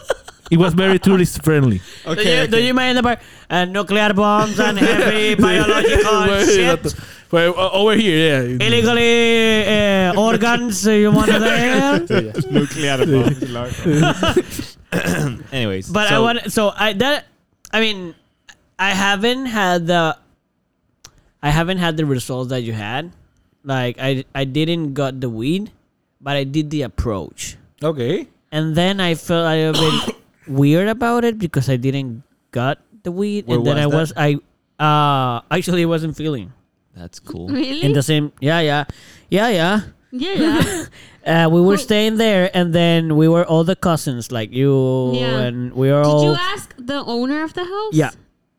[SPEAKER 2] It was very tourist friendly.
[SPEAKER 3] do, you, do you mind about uh, nuclear bombs and heavy biological Oh, shit?
[SPEAKER 2] Well, uh, over here, yeah.
[SPEAKER 3] Illegally uh, organs, you want there?
[SPEAKER 1] Nuclear bombs. Anyways,
[SPEAKER 3] But I
[SPEAKER 1] so-
[SPEAKER 3] want so I that I mean I haven't had the I haven't had the results that you had. Like I I didn't got the weed, but I did the approach.
[SPEAKER 2] Okay.
[SPEAKER 3] And then I felt a little bit weird about it because I didn't got the weed
[SPEAKER 1] Where
[SPEAKER 3] and then I
[SPEAKER 1] was
[SPEAKER 3] was I uh actually wasn't feeling.
[SPEAKER 1] That's
[SPEAKER 3] Mm-hmm.
[SPEAKER 1] cool.
[SPEAKER 4] Really?
[SPEAKER 3] In the same yeah, yeah. Yeah, yeah.
[SPEAKER 4] yeah, yeah.
[SPEAKER 3] Uh, we were
[SPEAKER 4] Who-
[SPEAKER 3] staying there, and then we were all the cousins, like you,
[SPEAKER 4] Yeah.
[SPEAKER 3] and we were
[SPEAKER 4] Did
[SPEAKER 3] all.
[SPEAKER 4] you ask the owner of the house?
[SPEAKER 3] Yeah.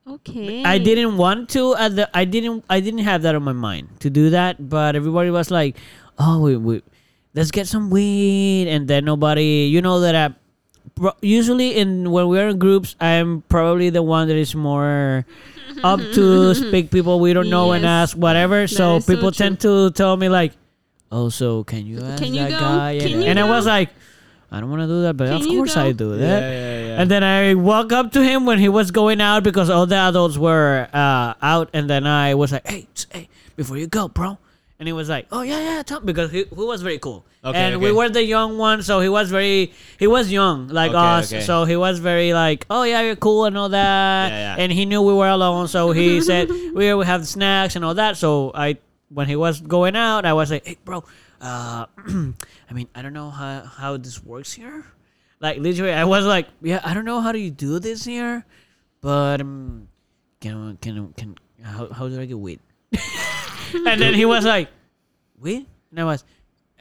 [SPEAKER 4] Okay.
[SPEAKER 3] I didn't want to. At the, I didn't. I didn't have that on my mind to do that. But everybody was like, "Oh, we, we let's get some weed," and then nobody. You know that I. pro- Usually, in when we are in groups, I'm probably the one that is more up to speak people we don't know and
[SPEAKER 4] Yes.
[SPEAKER 3] ask whatever. So
[SPEAKER 4] is so
[SPEAKER 3] people
[SPEAKER 4] true.
[SPEAKER 3] tend to tell me like, "Oh, so can you ask
[SPEAKER 4] Can you
[SPEAKER 3] that
[SPEAKER 4] go?
[SPEAKER 3] guy?" and
[SPEAKER 4] Can you
[SPEAKER 3] and I was
[SPEAKER 4] go?
[SPEAKER 3] like, "I don't want to do that, but
[SPEAKER 4] Can
[SPEAKER 3] of
[SPEAKER 4] you
[SPEAKER 3] course I
[SPEAKER 4] go?
[SPEAKER 3] do that."
[SPEAKER 1] yeah, yeah.
[SPEAKER 3] And then I walk up to him when he was going out because all the adults were uh, out, and then I was like, "Hey, s- hey, before you go, bro." And he was like, "Oh yeah, yeah, Tom," because he, he was very cool,
[SPEAKER 1] Okay,
[SPEAKER 3] and we
[SPEAKER 1] okay.
[SPEAKER 3] were the young ones, so he was very he was young like
[SPEAKER 1] Okay,
[SPEAKER 3] us,
[SPEAKER 1] okay.
[SPEAKER 3] so he was very like, "Oh yeah, you're cool and all that,"
[SPEAKER 1] Yeah, yeah.
[SPEAKER 3] and he knew we were alone, so he said, "We we have snacks and all that." So I when he was going out, I was like, "Hey, bro." Uh, I mean, I don't know how, how this works here. Like literally, I was like, yeah, I don't know how do you do this here, but um, can can can how how do I get weed? and then he was like, weed, and I was,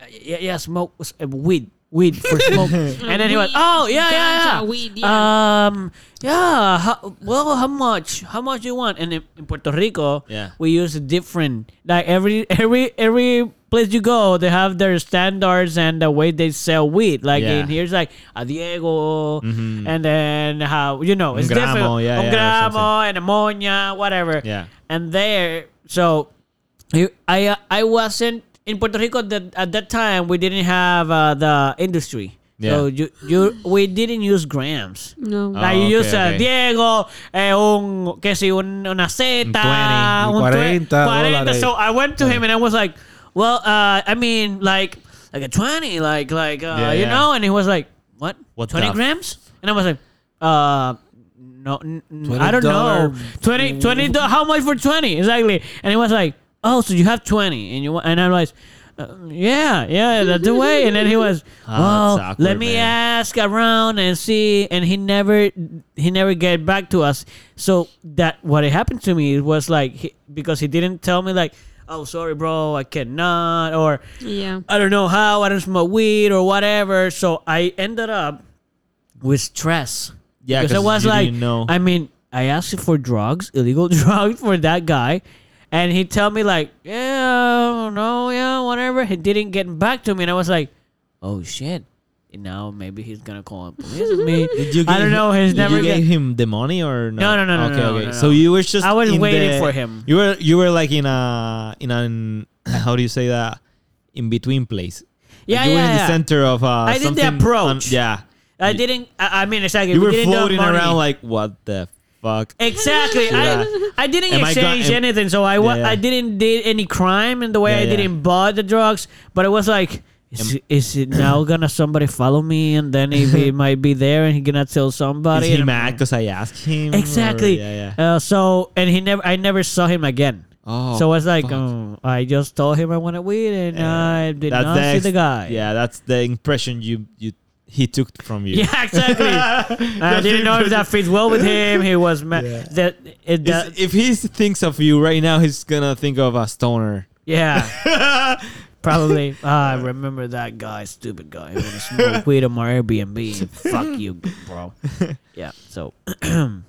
[SPEAKER 3] "Uh, yeah, yeah, smoke uh, weed, weed for smoke. and then he was,
[SPEAKER 4] Weed,
[SPEAKER 3] oh yeah, yeah, yeah,
[SPEAKER 4] ganja, weed, yeah.
[SPEAKER 3] um, yeah. How, well, how much? How much you want? And in, in Puerto Rico,
[SPEAKER 1] Yeah.
[SPEAKER 3] we use different. Like every every every place you go, they have their standards and the way they sell weed. Like
[SPEAKER 1] Yeah. Mm-hmm.
[SPEAKER 3] in here, it's like a Diego, and then how you know it's
[SPEAKER 1] Un gramo,
[SPEAKER 3] different.
[SPEAKER 1] yeah,
[SPEAKER 3] Un
[SPEAKER 1] yeah, or something.
[SPEAKER 3] gramo and ammonia, whatever.
[SPEAKER 1] Yeah.
[SPEAKER 3] And there, so you- I uh, I wasn't in Puerto Rico that at that time. We didn't have uh, the industry. So
[SPEAKER 1] Yeah.
[SPEAKER 3] you, you we didn't use grams.
[SPEAKER 4] No.
[SPEAKER 1] Uh,
[SPEAKER 3] Like
[SPEAKER 1] Oh, okay,
[SPEAKER 3] you use a
[SPEAKER 1] okay.
[SPEAKER 3] Diego, eh, un, que si, un, una Z, un
[SPEAKER 1] 20, un
[SPEAKER 2] 40 dólares.
[SPEAKER 3] So I went to him and I was like, well, uh, I mean, like, like a 20, like, like, uh,
[SPEAKER 1] Yeah, yeah.
[SPEAKER 3] you know? And he was like, what?
[SPEAKER 1] What the-
[SPEAKER 3] 20 grams? And I was like, uh, no, n- n- I don't know.
[SPEAKER 2] $20
[SPEAKER 3] 20, 20, do- how much for 20? Exactly. And he was like, oh, so you have 20. And you wa- and I was, uh, yeah, yeah, that's the way. And then he was,
[SPEAKER 1] Ah,
[SPEAKER 3] well,
[SPEAKER 1] that's
[SPEAKER 3] Oh, let
[SPEAKER 1] awkward,
[SPEAKER 3] me
[SPEAKER 1] man.
[SPEAKER 3] ask around and see and he never he never get back to us so that what happened to me was like he, because he didn't tell me like oh sorry bro i cannot or
[SPEAKER 4] Yeah.
[SPEAKER 3] i don't know how i don't smoke weed or whatever so i ended up with stress
[SPEAKER 1] Yeah,
[SPEAKER 3] because i
[SPEAKER 1] 'cause
[SPEAKER 3] was
[SPEAKER 1] you
[SPEAKER 3] like
[SPEAKER 1] didn't know.
[SPEAKER 3] i mean i asked for drugs illegal drugs for that guy and he tell me like yeah no yeah whatever he didn't get back to me and i was like oh shit and now maybe he's gonna call and police me.
[SPEAKER 1] Did you give
[SPEAKER 3] I don't know.
[SPEAKER 1] him-
[SPEAKER 3] He's
[SPEAKER 1] did
[SPEAKER 3] never.
[SPEAKER 1] You gave
[SPEAKER 3] get-
[SPEAKER 1] him the money or no?
[SPEAKER 3] No, no, no, no,
[SPEAKER 1] Okay,
[SPEAKER 3] no, no,
[SPEAKER 1] okay.
[SPEAKER 3] no,
[SPEAKER 1] So
[SPEAKER 3] no.
[SPEAKER 1] you were just.
[SPEAKER 3] I was
[SPEAKER 1] in
[SPEAKER 3] waiting
[SPEAKER 1] the-
[SPEAKER 3] for him.
[SPEAKER 1] You were you were like in a in an how do you say that in between place.
[SPEAKER 3] Yeah,
[SPEAKER 1] Like you were
[SPEAKER 3] yeah,
[SPEAKER 1] in the
[SPEAKER 3] yeah.
[SPEAKER 1] center of. Uh,
[SPEAKER 3] I did the
[SPEAKER 1] something
[SPEAKER 3] approach.
[SPEAKER 1] yeah,
[SPEAKER 3] I didn't. I, I mean, exactly.
[SPEAKER 1] you
[SPEAKER 3] we
[SPEAKER 1] were
[SPEAKER 3] didn't do
[SPEAKER 1] floating
[SPEAKER 3] money.
[SPEAKER 1] around like what the fuck.
[SPEAKER 3] Exactly.
[SPEAKER 1] Yeah.
[SPEAKER 3] I, I didn't
[SPEAKER 1] Am I got-
[SPEAKER 3] exchange
[SPEAKER 1] am-
[SPEAKER 3] anything, so I wa-
[SPEAKER 1] Yeah, yeah.
[SPEAKER 3] I didn't did any crime in the way
[SPEAKER 1] Yeah, yeah.
[SPEAKER 3] I didn't buy the drugs. But it was like, is,
[SPEAKER 1] Am-
[SPEAKER 3] it- is it now gonna somebody follow me, and then if he might be there, and he gonna tell
[SPEAKER 1] Is
[SPEAKER 3] somebody?
[SPEAKER 1] he
[SPEAKER 3] and-
[SPEAKER 1] mad because I asked him? or-
[SPEAKER 3] Exactly.
[SPEAKER 1] yeah, yeah.
[SPEAKER 3] Uh, so and he never. I never saw him again.
[SPEAKER 1] Oh,
[SPEAKER 3] so it's like
[SPEAKER 1] fuck.
[SPEAKER 3] um, I just told him I wanted weed, and I did
[SPEAKER 1] That's
[SPEAKER 3] not see
[SPEAKER 1] ex-
[SPEAKER 3] the guy.
[SPEAKER 1] Yeah, that's the impression you you he took from you.
[SPEAKER 3] Yeah, exactly. I didn't know if that fits well with him. He was ma- that. It,
[SPEAKER 1] Is-
[SPEAKER 3] that
[SPEAKER 1] if he thinks of you right now, he's gonna think of a stoner.
[SPEAKER 3] yeah, probably. Ah, I remember that guy, stupid guy. who wanna smoke weed on my Airbnb. Fuck you, bro. Yeah. So,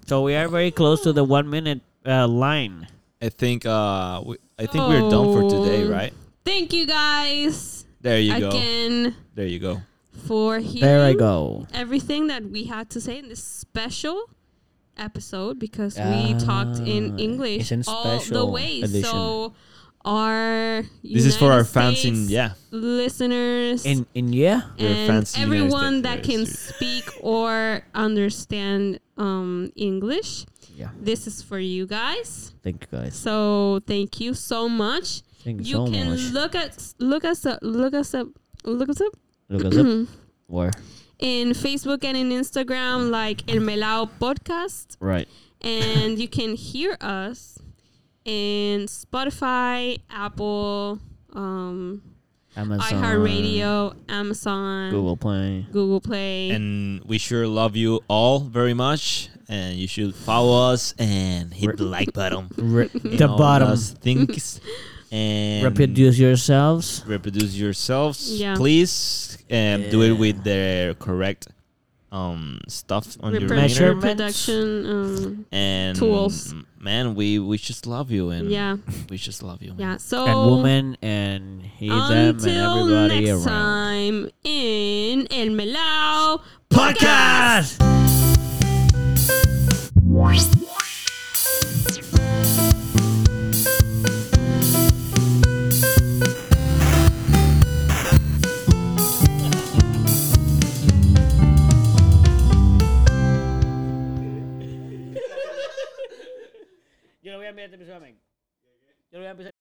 [SPEAKER 3] so we are very close to the one minute uh, line.
[SPEAKER 1] I think uh, we, I think we're done for today,
[SPEAKER 4] Oh.
[SPEAKER 1] right?
[SPEAKER 4] Thank you guys
[SPEAKER 1] There you go.
[SPEAKER 4] again
[SPEAKER 1] There you go.
[SPEAKER 4] for hearing
[SPEAKER 3] There I go.
[SPEAKER 4] everything that we had to say in this special episode because we
[SPEAKER 3] Ah,
[SPEAKER 4] talked in English
[SPEAKER 3] it's in
[SPEAKER 4] all the
[SPEAKER 3] special
[SPEAKER 4] way.
[SPEAKER 3] edition.
[SPEAKER 4] So our
[SPEAKER 1] This is for our
[SPEAKER 4] United
[SPEAKER 1] fans in
[SPEAKER 4] States
[SPEAKER 1] yeah.
[SPEAKER 4] listeners
[SPEAKER 3] And and yeah,
[SPEAKER 1] We're
[SPEAKER 4] and
[SPEAKER 1] fans in the United
[SPEAKER 4] everyone
[SPEAKER 1] States,
[SPEAKER 4] that can
[SPEAKER 1] yes.
[SPEAKER 4] speak or understand um, English.
[SPEAKER 3] yeah.
[SPEAKER 4] This is for you guys.
[SPEAKER 3] Thank you guys.
[SPEAKER 4] So thank you so much.
[SPEAKER 3] Thank you,
[SPEAKER 4] You
[SPEAKER 3] so
[SPEAKER 4] can
[SPEAKER 3] much.
[SPEAKER 4] look at look us up look us up look us up
[SPEAKER 3] Look us up. Where?
[SPEAKER 4] in Facebook and in Instagram like El Melao Podcast
[SPEAKER 3] Right.
[SPEAKER 4] and you can hear us in Spotify, Apple, um,
[SPEAKER 3] Amazon.
[SPEAKER 4] iHeartRadio, Amazon,
[SPEAKER 3] Google Play.
[SPEAKER 4] Google Play,
[SPEAKER 1] And we sure love you all very much. And you should follow us and hit the like button. and
[SPEAKER 3] the
[SPEAKER 1] all
[SPEAKER 3] bottom.
[SPEAKER 1] those Things and
[SPEAKER 3] Reproduce yourselves.
[SPEAKER 1] reproduce yourselves,
[SPEAKER 4] Yeah.
[SPEAKER 1] please. And do it with the correct um stuff on your
[SPEAKER 4] Repro-
[SPEAKER 1] meter.
[SPEAKER 3] Measure- measurements.
[SPEAKER 4] reproduction. Um,
[SPEAKER 1] and
[SPEAKER 4] tools.
[SPEAKER 1] Man, we we just love you and
[SPEAKER 4] yeah,
[SPEAKER 1] we just love you.
[SPEAKER 4] yeah. So
[SPEAKER 3] And women and he, them, and
[SPEAKER 4] Oh. until
[SPEAKER 3] everybody around.
[SPEAKER 4] next time in El Melao
[SPEAKER 3] Podcast! Yo lo voy a enviar a Yo lo voy a enviar